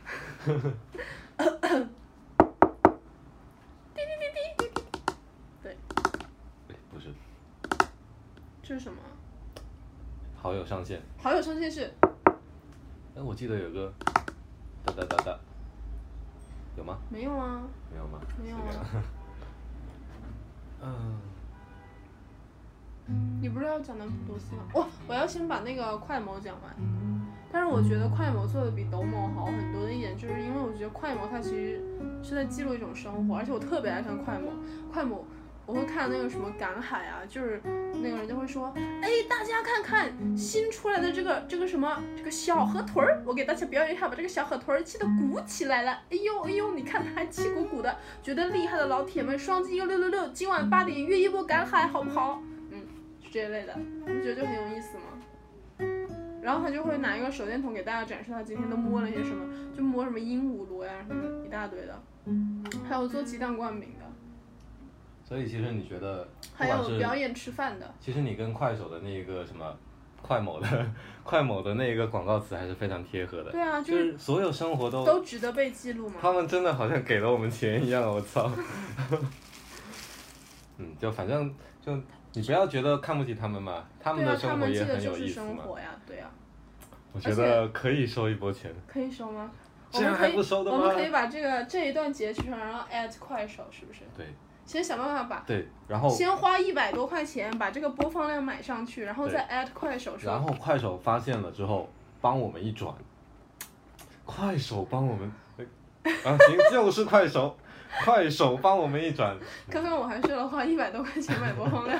哎，不是，这是什么？好友上线。好友上线是哎，我记得有个哒哒哒哒，有吗？没有啊？没有吗？没有啊随便啊。嗯，你不是要讲南普陀寺吗？我我要先把那个快某讲完。但是我觉得快某做的比抖某好很多的一点，就是因为我觉得快某它其实是在记录一种生活，而且我特别爱看快某。快某我会看那个什么赶海啊，就是那个人就会说，哎，大家看看新出来的这个这个什么这个小河豚儿，我给大家表演一下，把这个小河豚儿气得鼓起来了，哎呦哎呦，你看它还气鼓鼓的，觉得厉害的老铁们，双击一个六六六，今晚八点约一波赶海好不好？是这一类的，你觉得就很有意思吗？然后他就会拿一个手电筒给大家展示他今天都摸了些什么，就摸什么鹦鹉螺呀、什么一大堆的，还有做鸡蛋灌饼的，所以其实你觉得，不还管有是表演吃饭的。其实你跟快手的那个什么快某的快某的那个广告词还是非常贴合的，对啊，就就是是所有生活都都值得被记录嘛。他们真的好像给了我们钱一样，我操！ 嗯，就反正就你不要觉得看不起他们嘛，他们对啊的，他生活们也记得很就有是意思生嘛。活呀，对呀、我觉得可以收一波钱，可以收吗？ 我这们样可还以，不收的我吗们？可以把这个这一段截取上，然后 at 快手，是不是？对先想办法把，对，然后先花一百多块钱把这个播放量买上去，然后再 at 快手说，然后快手发现了之后，帮我们一转，快手帮我们，呃啊行，就是快手，快手帮我们一转，刚刚我还说了花一百多块钱买播放 量，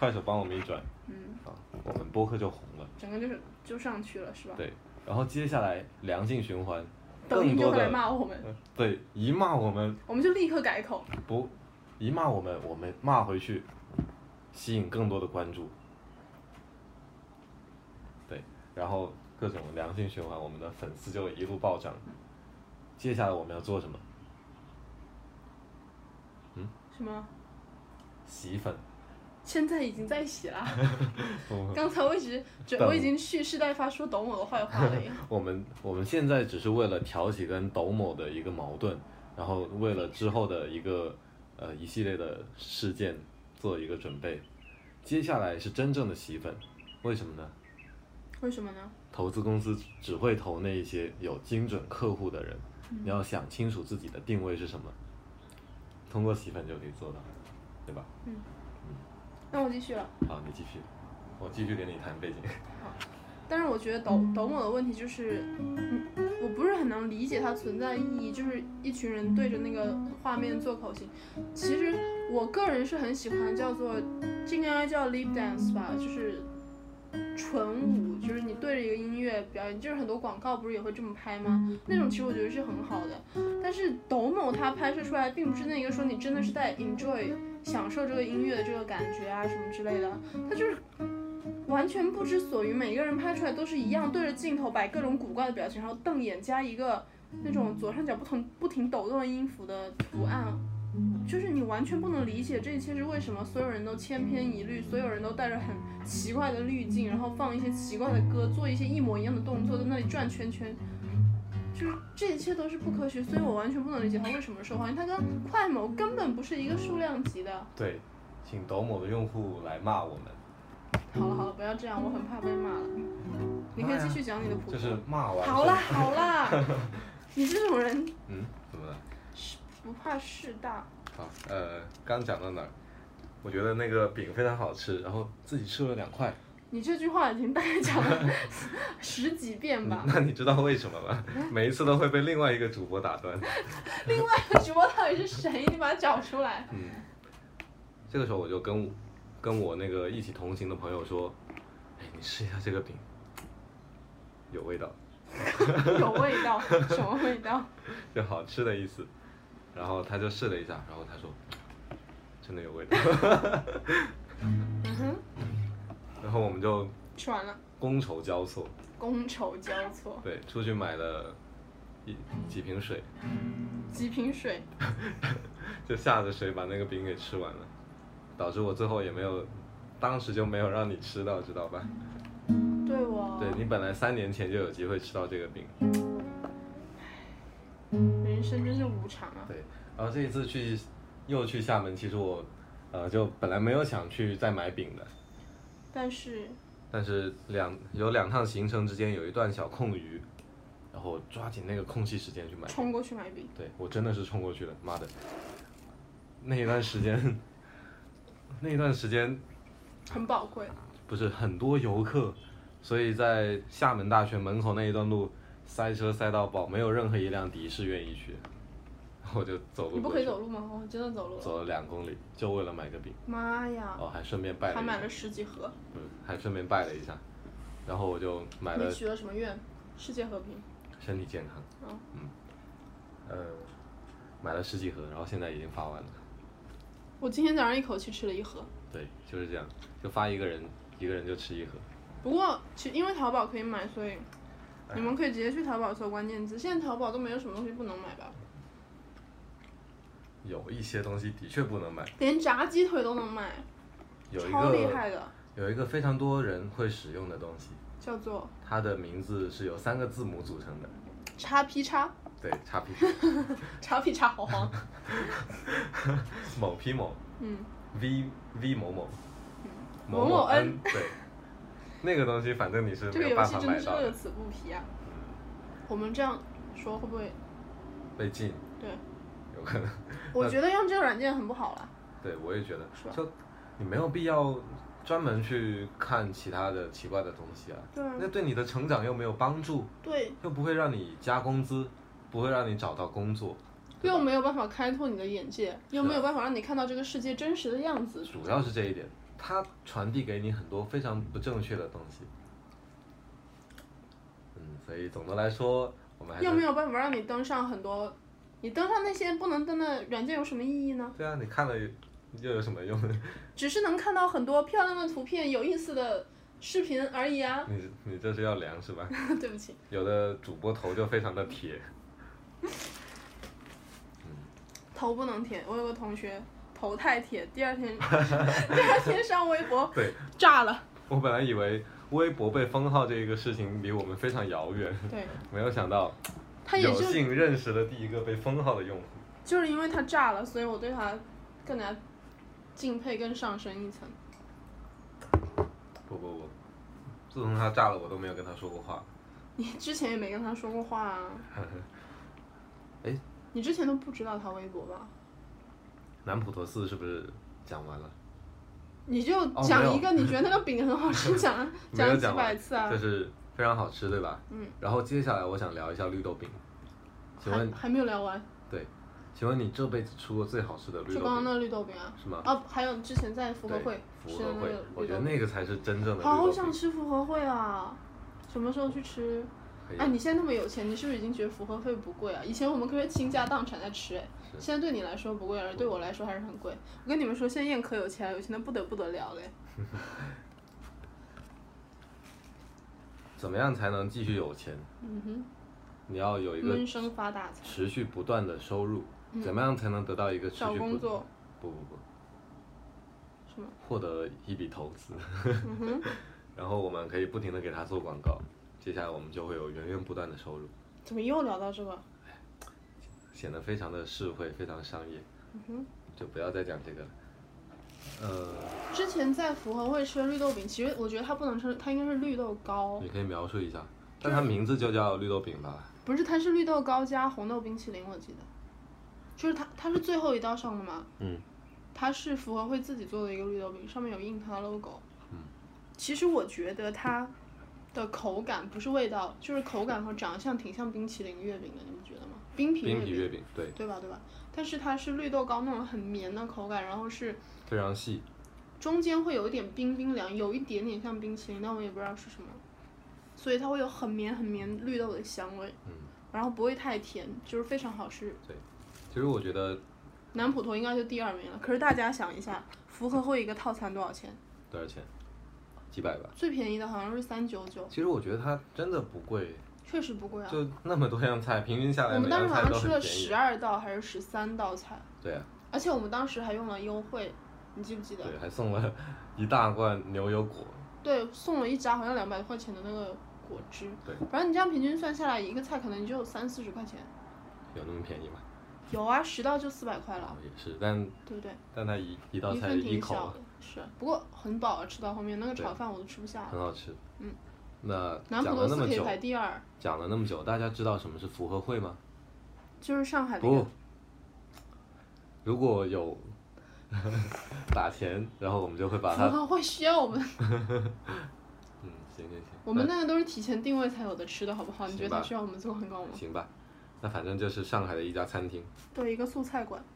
快手帮我们一转，嗯，啊，我们播客就红了。整个就是就上去了，是吧？对然后接下来良性循环，抖更音就多会来的嗯骂我们，呃对一骂我们我们就立刻改口。不，一骂我们我们骂回去，吸引更多的关注。对，然后各种良性循环，我们的粉丝就一路暴涨。接下来我们要做什么？什么？洗粉。现在已经在洗 了。刚才我一直觉，我已经蓄势待发，说懂我的坏话了耶。我们我们现在只是为了挑起跟抖某的一个矛盾，然后为了之后的一个呃一系列的事件做一个准备。接下来是真正的洗粉，为什么呢？为什么呢？投资公司只会投那一些有精准客户的人，嗯你要想清楚自己的定位是什么，通过洗粉就可以做到，对吧？那我继续了。好，你继续，我继续给你谈背景。但是我觉得抖抖某的问题就是，嗯，我不是很能理解它存在的意义，就是一群人对着那个画面做口型。其实我个人是很喜欢叫做，这应该叫 lip dance 吧，就是纯舞，就是你对着一个音乐表演，就是很多广告不是也会这么拍吗？那种其实我觉得是很好的。但是抖某它拍摄出来，并不是那个说你真的是在 enjoy 享受这个音乐的这个感觉啊什么之类的，它就是完全不知所云，每个人拍出来都是一样，对着镜头摆各种古怪的表情，然后瞪眼加一个那种左上角不同不停抖动的音符的图案，就是你完全不能理解这一切是为什么所有人都千篇一律，所有人都带着很奇怪的滤镜，然后放一些奇怪的歌，做一些一模一样的动作，在那里转圈圈。就是这一切都是不科学，所以我完全不能理解它为什么受欢迎。它跟快某根本不是一个数量级的。 对，请抖某的用户来骂我们，嗯好了好了，不要这样，我很怕被骂了。你可以继续讲你的普通。啊就是骂完。好啦。好 啦，你这种人嗯，怎么了？不怕事大。好，呃，刚讲到哪儿？我觉得那个饼非常好吃，然后自己吃了两块。你这句话已经大概讲 了十几遍嗯 吧？嗯那你知道为什么吗？每一次都会被另外一个主播打断。另外一个主播到底是谁？你把他找出来。嗯，这个时候我就跟我跟我那个一起同行的朋友说：“哎，你试一下这个饼，有味道，有味 道，什么味道？就好吃的意思。”然后他就试了一下，然后他说：“真的有味道。 嗯哼，”然后我们就吃完了，觥筹交错，觥筹交错，对，出去买了一几瓶水，几瓶水，就下着水把那个饼给吃完了，导致我最后也没有，当时就没有让你吃到，知道吧？对我，对你本来三年前就有机会吃到这个饼，人生真是无常啊。对，然后这一次去又去厦门，其实我呃就本来没有想去再买饼的，但是但是两有两趟行程之间有一段小空余，然后我抓紧那个空隙时间去买，冲过去买饼，对我真的是冲过去了，妈的，那一段时间， 那一段时间很宝贵。不是很多游客，所以在厦门大学门口那一段路塞车塞到爆，没有任何一辆的士愿意去，我就走你不路过可以去，走路吗？我真的走路了。走了两公里，就为了买个饼，妈呀，哦，还顺便拜了还一买下，了十几盒。嗯，还顺便拜了一下，然后我就买你了许了什么愿？世界和平。身体健康，哦嗯，呃，买了十几盒，然后现在已经发完了，我今天早上一口气吃了一盒。对，就是这样，就发一个人，一个人就吃一盒，不过，其因为淘宝可以买，哎所以你们可以直接去淘宝搜关键字。现在淘宝都没有什么东西不能买吧？有一些东西的确不能买，连炸鸡腿都能买，有一超厉个害的，有一个非常多人会使用的东西。叫做它的名字是由三个字母组成的，叉 P 叉，对，叉 P 叉 P 叉好黄。 某 P 某 嗯， V V 某某某某 N 对，那个东西反正你是这个没有游办戏法真的买是到乐的，此不疲啊！我们这样说会不会？被禁，对，有可能。我觉得用这个软件很不好啦。对，我也觉得是吧，就你没有必要专门去看其他的奇怪的东西啊，对啊那对你的成长又没有帮助，对，又不会让你加工资，不会让你找到工作，对又吧没有办法开拓你的眼界，又是啊没有办法让你看到这个世界真实的样子。主要是这一点，它传递给你很多非常不正确的东西。嗯，所以总的来说，我们还又没是有办法让你登上很多，你登上那些不能登的软件有什么意义呢？对啊，你看了又有什么用？。只是能看到很多漂亮的图片、有意思的视频而已啊 你你这是要凉是吧？对不起，有的主播头就非常的铁，头不能铁。我有个同学头太铁，第二 天第二天上微博对炸了。 我本来以为微博被封号这一个事情离我们非常遥远， 对没有想到他也有就幸认识了第一个被封号的用户。就是因为他炸了，所以我对他更加敬佩，更上升一层。不不不，自从他炸了，我都没有跟他说过话。？你之前也没跟他说过话啊 哎，你之前都不知道他微博吧？南普陀寺是不是讲完了？你就哦没讲有一个你觉得那个饼很好 吃，讲了没了有几讲百完次啊就，是非常好吃，对吧？嗯。然后接下来我想聊一下绿豆饼，请还问，还没有聊完，请问你这辈子吃过最好吃的绿就豆刚刚饼那个绿豆饼啊，是吗？啊，还有之前在福和对，会福吃和的那会个，我绿觉得豆饼，那个才是真正的绿好豆想饼。吃福和会啊！什么时候去吃？可以哎，你现在那么有钱，你是不是已经觉得福和会不贵啊？以前我们可是倾家荡产在吃，哎，是现在对你来说不贵，而对我来说还是很贵。我跟你们说，现在燕可有钱，有钱的不得不得了嘞。怎么样才能继续有钱？嗯哼，你要有一个闷声发大财，嗯持续不断的收入，怎么样才能得到一个持找续工不作不不不什么？获得一笔投资，嗯 然后我们可以不停的给他做广告，接下来我们就会有源源不断的收入，怎么又聊到这个？显得非常的社会，非常商业，嗯就不要再讲这个了。呃，之前在福和会吃的绿豆饼，其实我觉得它不能吃，它应该是绿豆糕你，可以描述一下，但它名字就叫绿豆饼吧？不是，它是绿豆糕加红豆冰淇淋，我记得，就是它它是最后一道上的嘛，嗯，它是福和会自己做的一个绿豆饼，上面有印它的 logo，嗯，其实我觉得它的口感不是味道，就是口感和长相挺像冰淇淋月饼的，你们觉得吗？冰皮冰皮月月饼，饼，对，对吧？对吧？但是它是绿豆糕那种很绵的口感，然后是非常细，中间会有一点冰冰凉，有一点点像冰淇淋，但我也不知道是什么，所以它会有很绵很绵绿豆的香味，嗯，然后不会太甜，就是非常好吃。其实我觉得，南普陀应该就第二名了。可是大家想一下，福和会一个套餐多少钱？多少钱？几百吧。最便宜的好像是三九九，其实我觉得它真的不贵，确实不贵啊。就那么多样菜，平均下来我每们当样时好像菜都吃很了便十宜。二道还是十三道菜，对啊，而且我们当时还用了优惠，你记不记得？对，还送了一大罐牛油果，对，送了一扎好像两百块钱的那个果汁。对反正你这样平均算下来，一个菜可能就有三四十块钱。有那么便宜吗？有啊，十道就四百块了，也是，但对不对？但它一嗯一道一菜份一挺口小的，是，不过很饱啊，吃到后面那个对炒饭我都吃不下很了。好吃。嗯，那南讲普了陀那寺么可以久，排第二，讲了那么久，大家知道什么是福和会吗？就是上海的一不个，如果有 打钱，然后我们就会把福它，和 会需要我们，嗯，行行行，我们那个都是提前定位才有的吃的，好不好？你行觉得它吧需要我们做广告吗那？行吧，那反正就是上海的一家餐厅，对，一个素菜馆，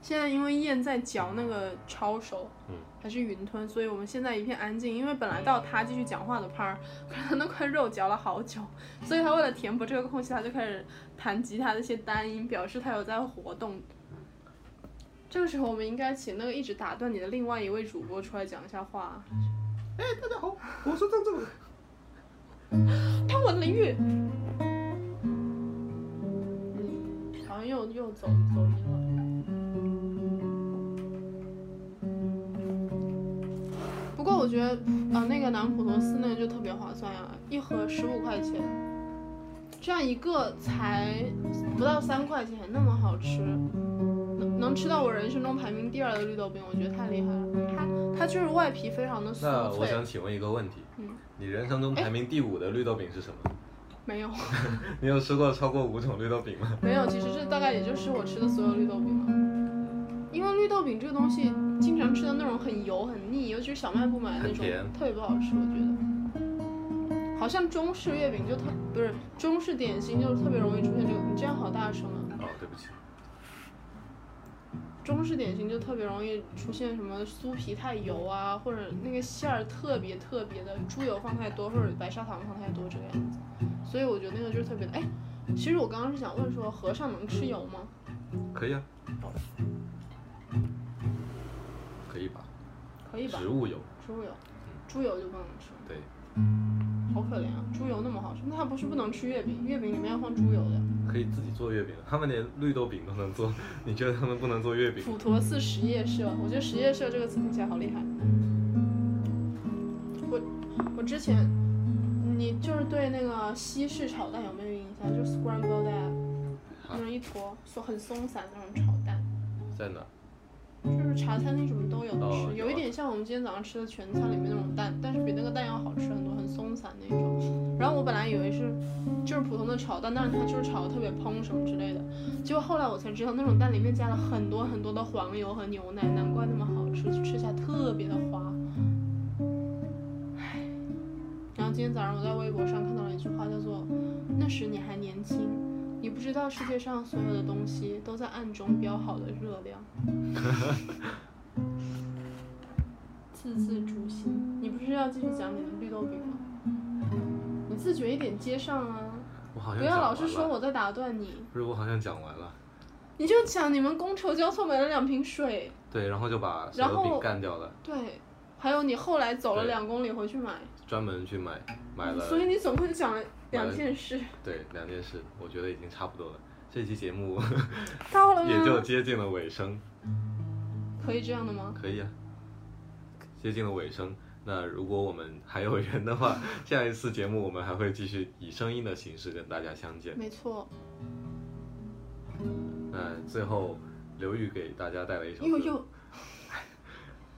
现在因为燕在嚼那个抄手，嗯，还是云吞，所以我们现在一片安静。因为本来到他继续讲话的 part，可 是他那块肉嚼了好久，所以他为了填补这个空隙，他就开始弹吉他的一些单音，表示他有在活动。这个时候，我们应该请那个一直打断你的另外一位主播出来讲一下话。我说这这，他我的淋浴。嗯，好像又又走走音了。不过我觉得，呃，那个南普陀寺那个就特别划算呀、一盒十五块钱，这样一个才不到三块钱，那么好吃，能能吃到我人生中排名第二的绿豆饼，我觉得太厉害了。它它就是外皮非常的酥脆，那我想请问一个问题，嗯你人生中排名第五的绿豆饼是什么？没有。你有吃过超过五种绿豆饼吗？没有，其实这大概也就是我吃的所有绿豆饼了。因为绿豆饼这个东西，经常吃的那种很油很腻，尤其是小卖部买的那很种甜，特别不好吃，我觉得。好像中式月饼就特不是中式点心，就特别容易出现这个。你这样好大声啊！哦，对不起，中式点心就特别容易出现什么酥皮太油啊，或者那个馅儿特别特别的猪油放太多，或者白砂糖放太多这个样子。所以我觉得那个就是特别的。哎，其实我刚刚是想问说，和尚能吃油吗？可以啊，可以吧？可以吧？植物油，猪油，猪油就不能吃，对，好可怜啊！猪油那么好吃，那它不是不能吃月饼，月饼里面要放猪油的。可以自己做月饼，啊他们连绿豆饼都能做，你觉得他们不能做月饼？普陀寺实业社，我觉得实业社这个词听起来好厉害。我我之前，你就是对那个西式炒蛋有没有印象？就是 scrambled egg，好那种一坨松很松散的那种炒蛋，在哪？就是茶餐厅什么都有的哦吃，有啊有一点像我们今天早上吃的全餐里面那种蛋，但是比那个蛋要好吃很多，很松散那种。然后我本来以为是就是普通的炒蛋，但是它就是炒的特别蓬什么之类的。结果后来我才知道，那种蛋里面加了很多很多的黄油和牛奶，难怪那么好吃，吃起来特别的滑。唉，然后今天早上我在微博上看到了一句话，叫做“那时你还年轻，你不知道世界上所有的东西都在暗中标好了热量。”字字诛心。你不是要继续讲你的绿豆饼吗？你自觉一点接上啊！我好像不要讲老是完说了我在打断你。不是，我好像讲完了。你就想你们觥筹交错买了两瓶水，对，然后就把手然摇饼后干掉了，对，还有你后来走了对两公里回去买，专门去买买了所以你总共讲了买两了件事，对两件事，我觉得已经差不多了。这期节目嗯到了也就吗？接近了尾声，可以这样的吗？可以啊，接近了尾声。那如果我们还有缘的话， 下一次节目我们还会继续以声音的形式跟大家相见。没错，那最后，刘宇给大家带来一首歌。又 又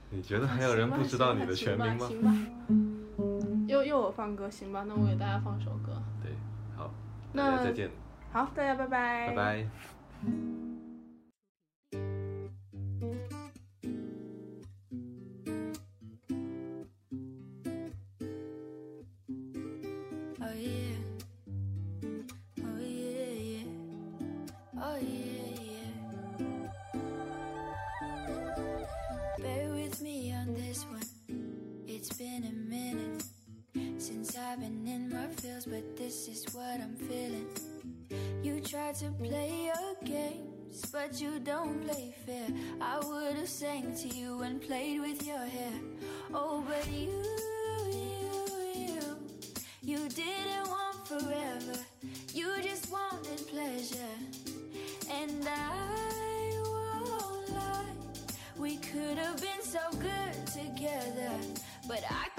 你觉得还有人不知道你的全名吗？ 行吧，行吧又又我放歌行吧，那我给大家放首歌，对，好，大那家再见，好，大家拜拜，拜拜。 Oh yeah, oh yeah, yeah, oh yeah, yeah. Bear with me on this one. It's been a minute since I've been in my feels, but this is what I'm feeling. You try to play your games, but you don't play fair. I would have sang to you and played with your hair. Oh, but you, you, you. You didn't want forever, you just wanted pleasure. And I won't lie, we could have been so good together, but I